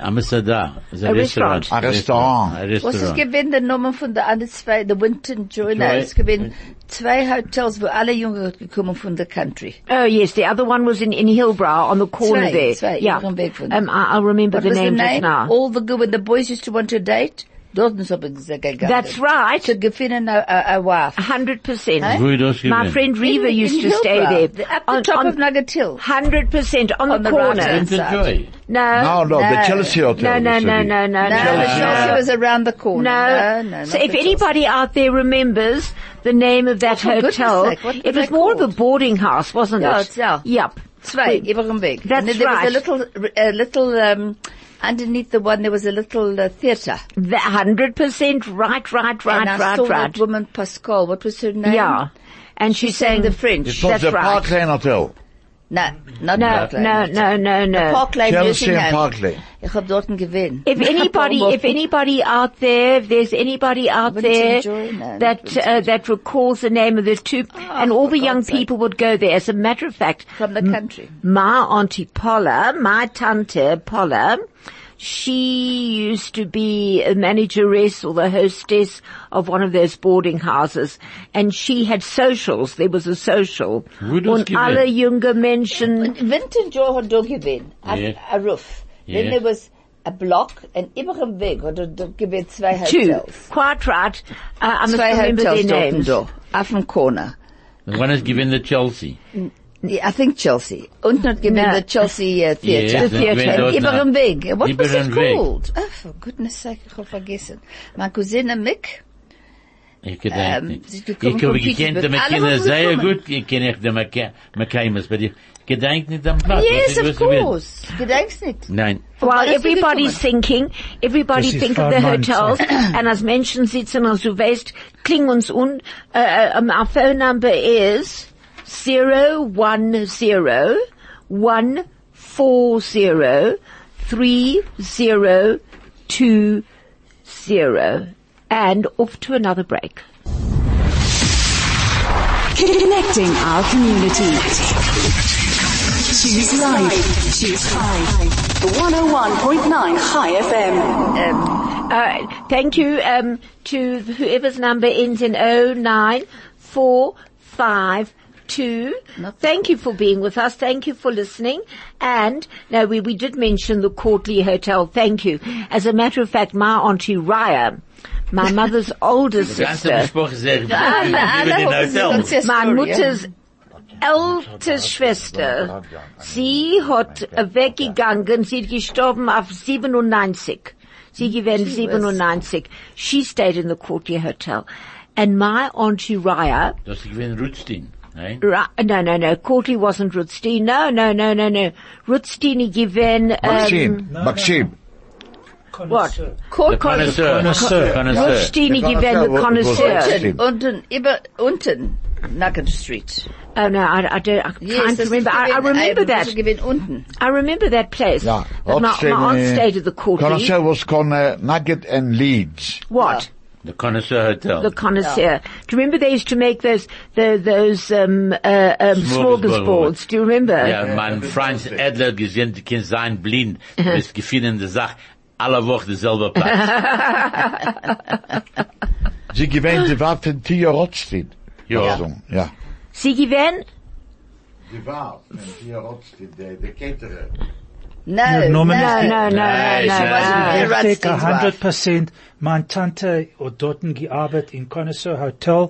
Speaker 2: Am Sada. It's
Speaker 1: A
Speaker 2: a restaurant.
Speaker 4: restaurant. A restaurant.
Speaker 2: A
Speaker 3: Was ist
Speaker 2: restaurant.
Speaker 3: gewesen der Name von der anderen zwei, der Winton Joy? Nein, es gewesen zwei Hotels, wo alle Jungen gekommen von der Country.
Speaker 1: Oh yes, the other one was in in Hillbrow on the corner
Speaker 3: Zwei,
Speaker 1: there.
Speaker 3: zwei,
Speaker 1: yeah,
Speaker 3: Ehrenberg.
Speaker 1: um, I, I'll remember
Speaker 3: What
Speaker 1: the
Speaker 3: was the
Speaker 1: name just
Speaker 3: name? Oh,
Speaker 1: now.
Speaker 3: All the good when the boys used to want to date, dort ist aber gegangen.
Speaker 1: That's right.
Speaker 3: To gefunden a, a, a uh, wife.
Speaker 1: hundred percent.
Speaker 2: Wo ist das
Speaker 1: My
Speaker 2: gewesen?
Speaker 1: friend Reva
Speaker 3: In-
Speaker 1: used
Speaker 3: in
Speaker 1: to stay
Speaker 3: Hillbrow,
Speaker 1: there.
Speaker 3: the- At the top of Nugget Hill.
Speaker 1: Hundred percent on,
Speaker 3: On
Speaker 1: the
Speaker 3: the
Speaker 1: corner.
Speaker 3: right hand.
Speaker 2: Winton Joy.
Speaker 1: No,
Speaker 4: no, no, the
Speaker 3: no.
Speaker 4: Nou, Chelsea
Speaker 1: no,
Speaker 4: Hotel.
Speaker 1: no,
Speaker 4: used to
Speaker 1: no,
Speaker 4: be.
Speaker 1: no, no, no,
Speaker 3: No, the Chelsea was around the corner.
Speaker 1: No.
Speaker 3: No, no,
Speaker 1: so
Speaker 3: not
Speaker 1: if
Speaker 3: the
Speaker 1: anybody out there remembers the name of that
Speaker 3: Oh, for goodness
Speaker 1: hotel,
Speaker 3: sake, what were
Speaker 1: it was
Speaker 3: they
Speaker 1: more of a
Speaker 3: called?
Speaker 1: boarding house, wasn't
Speaker 3: Yeah,
Speaker 1: it?
Speaker 3: it's- yeah.
Speaker 1: Yep.
Speaker 3: Zwei,
Speaker 1: We-
Speaker 3: Ibrahim Beg.
Speaker 1: That's
Speaker 3: and then there
Speaker 1: right.
Speaker 3: was a little, a little, um, underneath the one, there was a little uh, theater.
Speaker 1: the hundred percent right, right, right,
Speaker 3: and I
Speaker 1: right,
Speaker 3: saw
Speaker 1: right.
Speaker 3: that woman, Pascal, what was her name?
Speaker 1: Yeah. And she, sang
Speaker 3: Sang <laughs> the
Speaker 4: It
Speaker 3: French.
Speaker 4: was
Speaker 1: That's
Speaker 4: the
Speaker 1: right.
Speaker 4: Park Lane Hotel.
Speaker 3: No, not
Speaker 1: No,
Speaker 3: Park Lane.
Speaker 1: no, no, no, no.
Speaker 3: Park Lane
Speaker 4: Chelsea
Speaker 3: Nursing
Speaker 4: and
Speaker 3: Home.
Speaker 4: Park Lane.
Speaker 3: Ich hab dort gewinnt.
Speaker 1: <laughs>
Speaker 3: <laughs>
Speaker 1: If anybody, if anybody out there, if there's anybody out
Speaker 3: Wouldn't
Speaker 1: there
Speaker 3: enjoy, no,
Speaker 1: that
Speaker 3: wouldn't
Speaker 1: uh, that recalls the name of the two, and all
Speaker 3: for
Speaker 1: the young
Speaker 3: God's sake.
Speaker 1: people would go there. As a matter of fact,
Speaker 3: From the country.
Speaker 1: my auntie Paula, my tante Paula, She used to be a manageress or the hostess of one of those boarding houses, and she had socials. There was a social.
Speaker 2: Wo das
Speaker 1: Und
Speaker 2: gewesen?
Speaker 1: alle junge Menschen,
Speaker 3: Winter Joe hat da gewesen, a,
Speaker 2: Yes.
Speaker 3: a roof. Then
Speaker 2: Yes.
Speaker 3: there was a block, and über dem Weg hat er da gewesen zwei
Speaker 1: too,
Speaker 3: Hotels.
Speaker 1: quite right. Uh, I must
Speaker 3: Zwei
Speaker 1: remember
Speaker 3: Hotels
Speaker 1: their
Speaker 3: dort und
Speaker 1: names.
Speaker 3: da, auf dem Corner.
Speaker 2: The one is given the Chelsea.
Speaker 3: I think Chelsea. Und not given
Speaker 1: No.
Speaker 3: the Chelsea uh, theater.
Speaker 2: Yes,
Speaker 1: The theater.
Speaker 2: when those-
Speaker 3: Über den Weg. What
Speaker 2: Über
Speaker 3: was it
Speaker 2: den Weg.
Speaker 3: called? Oh, for goodness sake, ich habe vergessen. Mein Cousine Mick,
Speaker 2: Ich gedenk
Speaker 3: Ähm,
Speaker 2: nicht.
Speaker 3: sie
Speaker 2: Ich
Speaker 3: gekommen
Speaker 2: hab
Speaker 3: von
Speaker 2: gekannt die
Speaker 3: Petersburg. Alle
Speaker 2: Makine
Speaker 3: haben
Speaker 2: sehr
Speaker 3: gekommen.
Speaker 2: gut, ich kenne ich die Maka- Makaimas, aber ich gedenk nicht am Platz. was
Speaker 3: Yes,
Speaker 2: ich
Speaker 3: of
Speaker 2: wusste wer-
Speaker 3: course. Gedenkst nicht.
Speaker 2: Nein.
Speaker 1: Well,
Speaker 3: Weißt du,
Speaker 1: everybody's
Speaker 3: gekommen?
Speaker 1: thinking, everybody
Speaker 5: Das ist
Speaker 1: think of the
Speaker 5: vermeint,
Speaker 1: hotels, and as Menschen sitzen, as du weißt, kling uns un, uh, um, our phone number is 010-140-3020, and off to another break.
Speaker 7: Connecting our community. Choose life. Choose high. 101.9 High FM.
Speaker 1: Uh, thank you um, to whoever's number ends in 09452. Thank you for being with us. Thank you for listening. And no, we, we did mention the Courtly Hotel. Thank you. As a matter of fact, my auntie Raya, my mother's older
Speaker 2: Die ganze
Speaker 1: sister,
Speaker 2: Besproche sehr gut.
Speaker 3: Alle
Speaker 2: Über den
Speaker 3: hoffen, sie
Speaker 2: Hotel.
Speaker 3: sind sehr
Speaker 1: my
Speaker 3: sorry,
Speaker 1: mother's älteste Schwester, sie hat weggegangen, sie ist gestorben auf 97. Sie gewesen 97. She stayed in the Courtier Hotel. And my auntie Raya,
Speaker 2: Das ist gewesen Rutstein. Nein?
Speaker 1: Ra- no, no, no, Courtly wasn't Rutstein. No, no, no, no, no. Rutstein given, um,
Speaker 4: Maxim, Maxim.
Speaker 1: what?
Speaker 2: The
Speaker 1: Court
Speaker 2: Connoisseur.
Speaker 5: Connoisseur.
Speaker 2: Connoisseur.
Speaker 1: Rutstein given the connoisseur.
Speaker 3: Unten, unten, über, unten, Nugget Street.
Speaker 1: Oh no, I, I don't, I
Speaker 3: Yes,
Speaker 1: can't
Speaker 3: das ist
Speaker 1: remember. I, I
Speaker 3: gewesen-
Speaker 1: remember
Speaker 3: äh, das
Speaker 1: that.
Speaker 3: ist gewesen unten.
Speaker 1: I remember that place.
Speaker 4: Ja, eh,
Speaker 1: That my, my aunt stayed at the Courtly.
Speaker 4: Connoisseur was con uh, Nugget and Leeds.
Speaker 1: What?
Speaker 2: The Connoisseur Hotel.
Speaker 1: the connoisseur. Do you remember they used to make those the, those um, uh, um, smorgasbords? Do you remember?
Speaker 2: Ja, mein Franz Edler gesehen, die Kind sein blind. Du bist gefühlt in der Sache. Alle Woche derselbe
Speaker 3: <laughs>
Speaker 2: Platz.
Speaker 4: Sie gewähnt, sie war von Tia Rothstein.
Speaker 2: Ja.
Speaker 4: Also, ja.
Speaker 1: Sigi Van?
Speaker 4: Sie war von Tia Rothstein, der, der Caterer.
Speaker 3: No, no,
Speaker 5: No, no,
Speaker 1: No, no, no, no,
Speaker 2: Nice,
Speaker 1: no. Ah,
Speaker 3: nice.
Speaker 1: no.
Speaker 3: There are
Speaker 5: Take
Speaker 3: things
Speaker 5: hundred percent. Mein Tante hat dort gearbeitet in Connoisseur Hotel.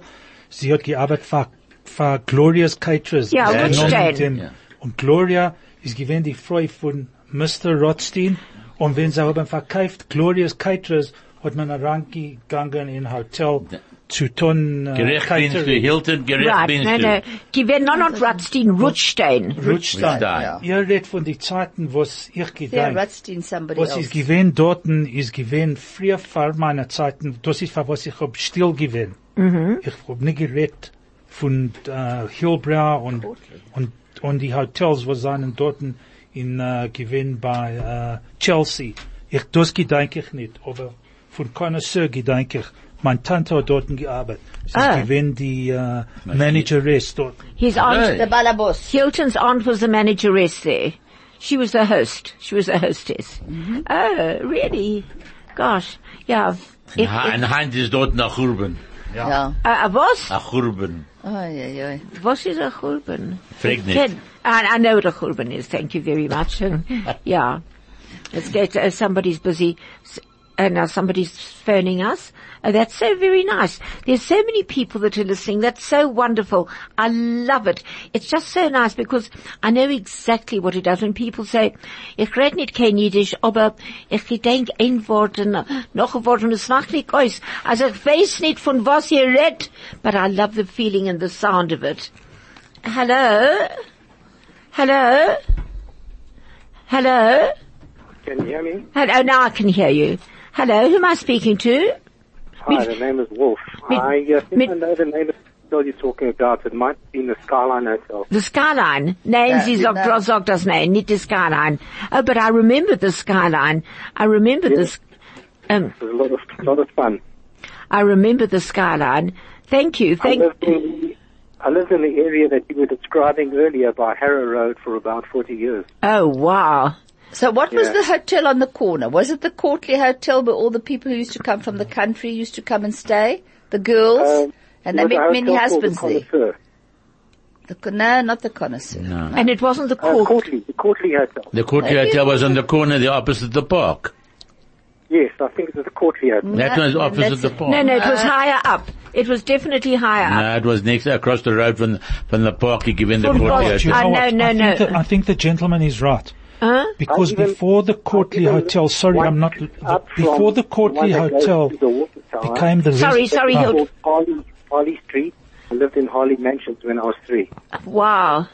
Speaker 5: Sie hat gearbeitet für, für Gloria's Caterers.
Speaker 1: Ja,
Speaker 5: Sie hat
Speaker 2: Rotstein.
Speaker 5: genommen mit dem-
Speaker 2: Ja.
Speaker 5: Und Gloria ist gewesen die Frau von Mr. Rothstein. Und wenn sie haben verkauft Gloria's Caterers, hat man herangegangen in Hotel zu tun äh,
Speaker 2: Gerecht bin
Speaker 5: Catering.
Speaker 2: du, Hilton, gerecht
Speaker 1: Right,
Speaker 2: bin
Speaker 1: no, no.
Speaker 2: du.
Speaker 1: Given, no, not Rutstein, Rutstein.
Speaker 5: Rutstein.
Speaker 2: Ja.
Speaker 5: Ihr redet von den Zeiten, was ich
Speaker 3: There,
Speaker 5: gedacht
Speaker 3: Rutstein, somebody
Speaker 5: Was
Speaker 3: else.
Speaker 5: ist gewesen dort, ist gewesen früher vor meiner Zeiten, das ist, was ich hab still gewesen.
Speaker 1: Mhm.
Speaker 5: Ich hab nicht geredet von äh, Hillbrow und, und, und die Hotels, was seinen dort in äh, gewesen bei äh, Chelsea. Ich, das gedenk ich nicht, aber von Connoisseur gedenk ich. Meine Tante hat dort gearbeitet. Sie
Speaker 1: Ah.
Speaker 5: ist gewesen die äh, Manageress dort.
Speaker 1: His aunt, uh,
Speaker 2: Hey.
Speaker 3: The Balabos.
Speaker 1: Hilton's aunt was the manageress there. She was the host. She was the hostess. Oh, really? Gosh, yeah. If,
Speaker 2: Ha-
Speaker 1: if,
Speaker 2: Ein Hand ist dort nach Urban.
Speaker 3: Ja.
Speaker 1: uh, a was?
Speaker 2: Nach Urban.
Speaker 3: Oi, oi, oi.
Speaker 1: What is a churban?
Speaker 2: Frag nicht.
Speaker 1: Ken- I, I know what a churban is. Thank you very much. <laughs> And, yeah, let's get uh, somebody's busy, s- and now somebody's phoning us. Uh, that's so very nice. There's so many people that are listening. That's so wonderful. I love it. It's just so nice because I know exactly what it does when people say, "Ich red nicht kein Jiddisch, aber ich gedenk ein Wort und noch ein Wort und es macht nicht aus." Also ich weiß nicht von was ihr redt, but I love the feeling and the sound of it. Hello? Hello? Hello?
Speaker 9: Can you hear me?
Speaker 1: Hello, oh, now I can hear you. Hello, who am I speaking to?
Speaker 9: Hi, the name is Wolf. I uh, think
Speaker 1: Mit-
Speaker 9: I know the name of the hotel you're talking about. It might be in the Skyline Hotel.
Speaker 1: The skyline. Nein,
Speaker 3: Uh,
Speaker 1: sie sagt,
Speaker 3: no.
Speaker 1: sagt das nein, nicht the skyline. Oh, but I remember the skyline. I remember this, um,
Speaker 9: It was a lot of, lot of fun.
Speaker 1: I remember the skyline. Thank you,
Speaker 9: I
Speaker 1: thank,
Speaker 9: lived, in, I lived in the area that you were describing earlier by Harrow Road for about 40 years.
Speaker 1: oh wow.
Speaker 3: So what was
Speaker 9: Yeah.
Speaker 3: the hotel on the corner? Was it the courtly hotel where all the people who used to come from the country used to come and stay? The girls?
Speaker 9: Um,
Speaker 3: and they
Speaker 9: It was
Speaker 3: met
Speaker 9: a
Speaker 3: many
Speaker 9: hotel called the
Speaker 3: husbands there.
Speaker 9: Connoisseur.
Speaker 3: The, co- no, not the connoisseur.
Speaker 1: And it wasn't the
Speaker 9: Uh,
Speaker 1: court.
Speaker 9: Courtly, the Courtly Hotel.
Speaker 2: The courtyard hotel was on the corner, the opposite the park.
Speaker 9: Yes, I think it was the Courtly Hotel.
Speaker 2: That
Speaker 3: No,
Speaker 2: was
Speaker 3: no,
Speaker 2: opposite
Speaker 3: that's- Uh,
Speaker 2: the park.
Speaker 1: No, no, it was higher up. It was definitely higher up.
Speaker 2: No, it was next across the road from from the park. You give in the
Speaker 1: Ah. From
Speaker 2: courtyard.
Speaker 1: Rothschild.
Speaker 5: You
Speaker 1: Ah,
Speaker 5: know
Speaker 1: no,
Speaker 5: what?
Speaker 1: no,
Speaker 5: I
Speaker 1: no.
Speaker 5: Think the, I think the gentleman is right. Because
Speaker 9: I even-
Speaker 5: before the courtly
Speaker 9: I even
Speaker 5: hotel, sorry, I'm not,
Speaker 9: went
Speaker 5: the,
Speaker 9: up
Speaker 5: before
Speaker 9: from
Speaker 5: the courtly
Speaker 9: one that goes
Speaker 5: hotel
Speaker 9: to the water tower.
Speaker 5: became the
Speaker 1: Sorry,
Speaker 5: rest-
Speaker 1: sorry,
Speaker 5: no.
Speaker 1: Hilda.
Speaker 9: called Harley, Harley Street. I lived in Harley Mansions when I was three.
Speaker 1: Wow.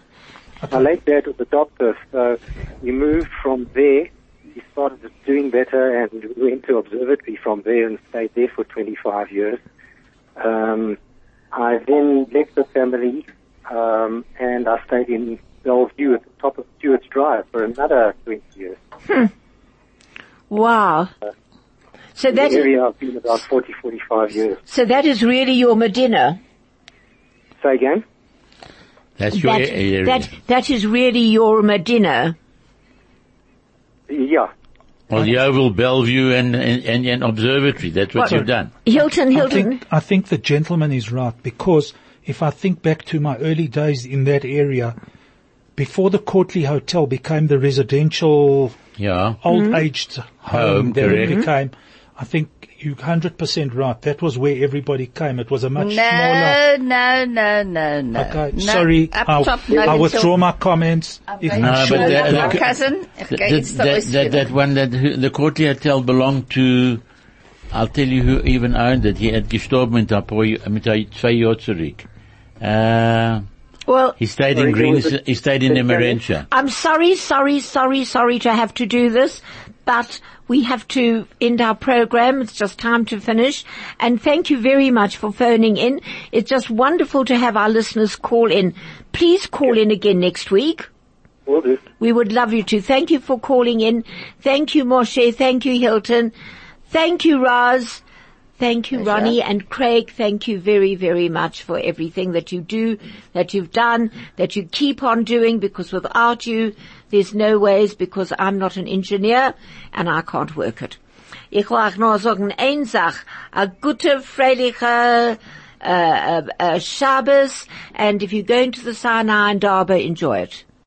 Speaker 9: My late dad was a doctor, so we moved from there. He started doing better and we went to observatory from there and stayed there for 25 years. Um, I then left the family um, and I stayed in Bellevue at the top of Stewart's Drive for another 20 years.
Speaker 1: Wow. So
Speaker 9: In the
Speaker 1: that is,
Speaker 9: area I've been about 40, 45 years.
Speaker 1: so that is really your Medina.
Speaker 9: Say again?
Speaker 2: That's your
Speaker 1: That,
Speaker 2: area.
Speaker 1: that, that is really your Medina.
Speaker 9: Yeah.
Speaker 2: Well, the Oval, Bellevue, and and, and, and Observatory. That's what
Speaker 1: What-
Speaker 2: you've done.
Speaker 1: Hilton,
Speaker 5: I
Speaker 1: Hilton.
Speaker 5: think, I think the gentleman is right because if I think back to my early days in that area, before the courtly hotel became the residential
Speaker 2: Yeah.
Speaker 5: old
Speaker 3: Mm-hmm.
Speaker 5: aged home
Speaker 2: Home,
Speaker 5: that it
Speaker 2: correct. Mm-hmm.
Speaker 5: became, I think you're 100% right. That was where everybody came. It was a much
Speaker 3: No,
Speaker 5: smaller.
Speaker 3: no, no, no, no.
Speaker 5: Okay,
Speaker 3: No,
Speaker 5: sorry.
Speaker 3: up
Speaker 5: I'll-
Speaker 3: top,
Speaker 5: I,
Speaker 3: no, little-
Speaker 5: withdraw my comments. If
Speaker 3: Okay.
Speaker 5: I'm
Speaker 2: No,
Speaker 5: sure-
Speaker 2: but uh, that-
Speaker 3: my
Speaker 2: that-
Speaker 3: cousin, okay,
Speaker 2: that,
Speaker 3: it's the
Speaker 2: that,
Speaker 3: oyster.
Speaker 2: that, that one that who- the courtly hotel belonged to. I'll tell you who even owned it. He had gestorben mit ein paar, Jahr- mit ein- zwei Jahren zurück. Uh,
Speaker 1: Well,
Speaker 2: he stayed in
Speaker 9: Sorry,
Speaker 2: Green.
Speaker 9: who was it?
Speaker 2: He stayed in Emerentia.
Speaker 1: I'm sorry, sorry, sorry, sorry to have to do this, but we have to end our program. It's just time to finish. And thank you very much for phoning in. It's just wonderful to have our listeners call in. Please call in again next week.
Speaker 9: Will do.
Speaker 1: We would love you to. Thank you for calling in. Thank you, Moshe. Thank you, Hilton. Thank you, Raz. Thank you, Ronnie and Craig. Thank you very, very much for everything that you do, that you've done, that you keep on doing because without you, there's no ways because I'm not an engineer and I can't work it. Ich will auch nur sagen, eine Sache, a gute, freiliche, uh, uh, uh, Shabbos, and if you're going to the Sinai and Darba, enjoy it.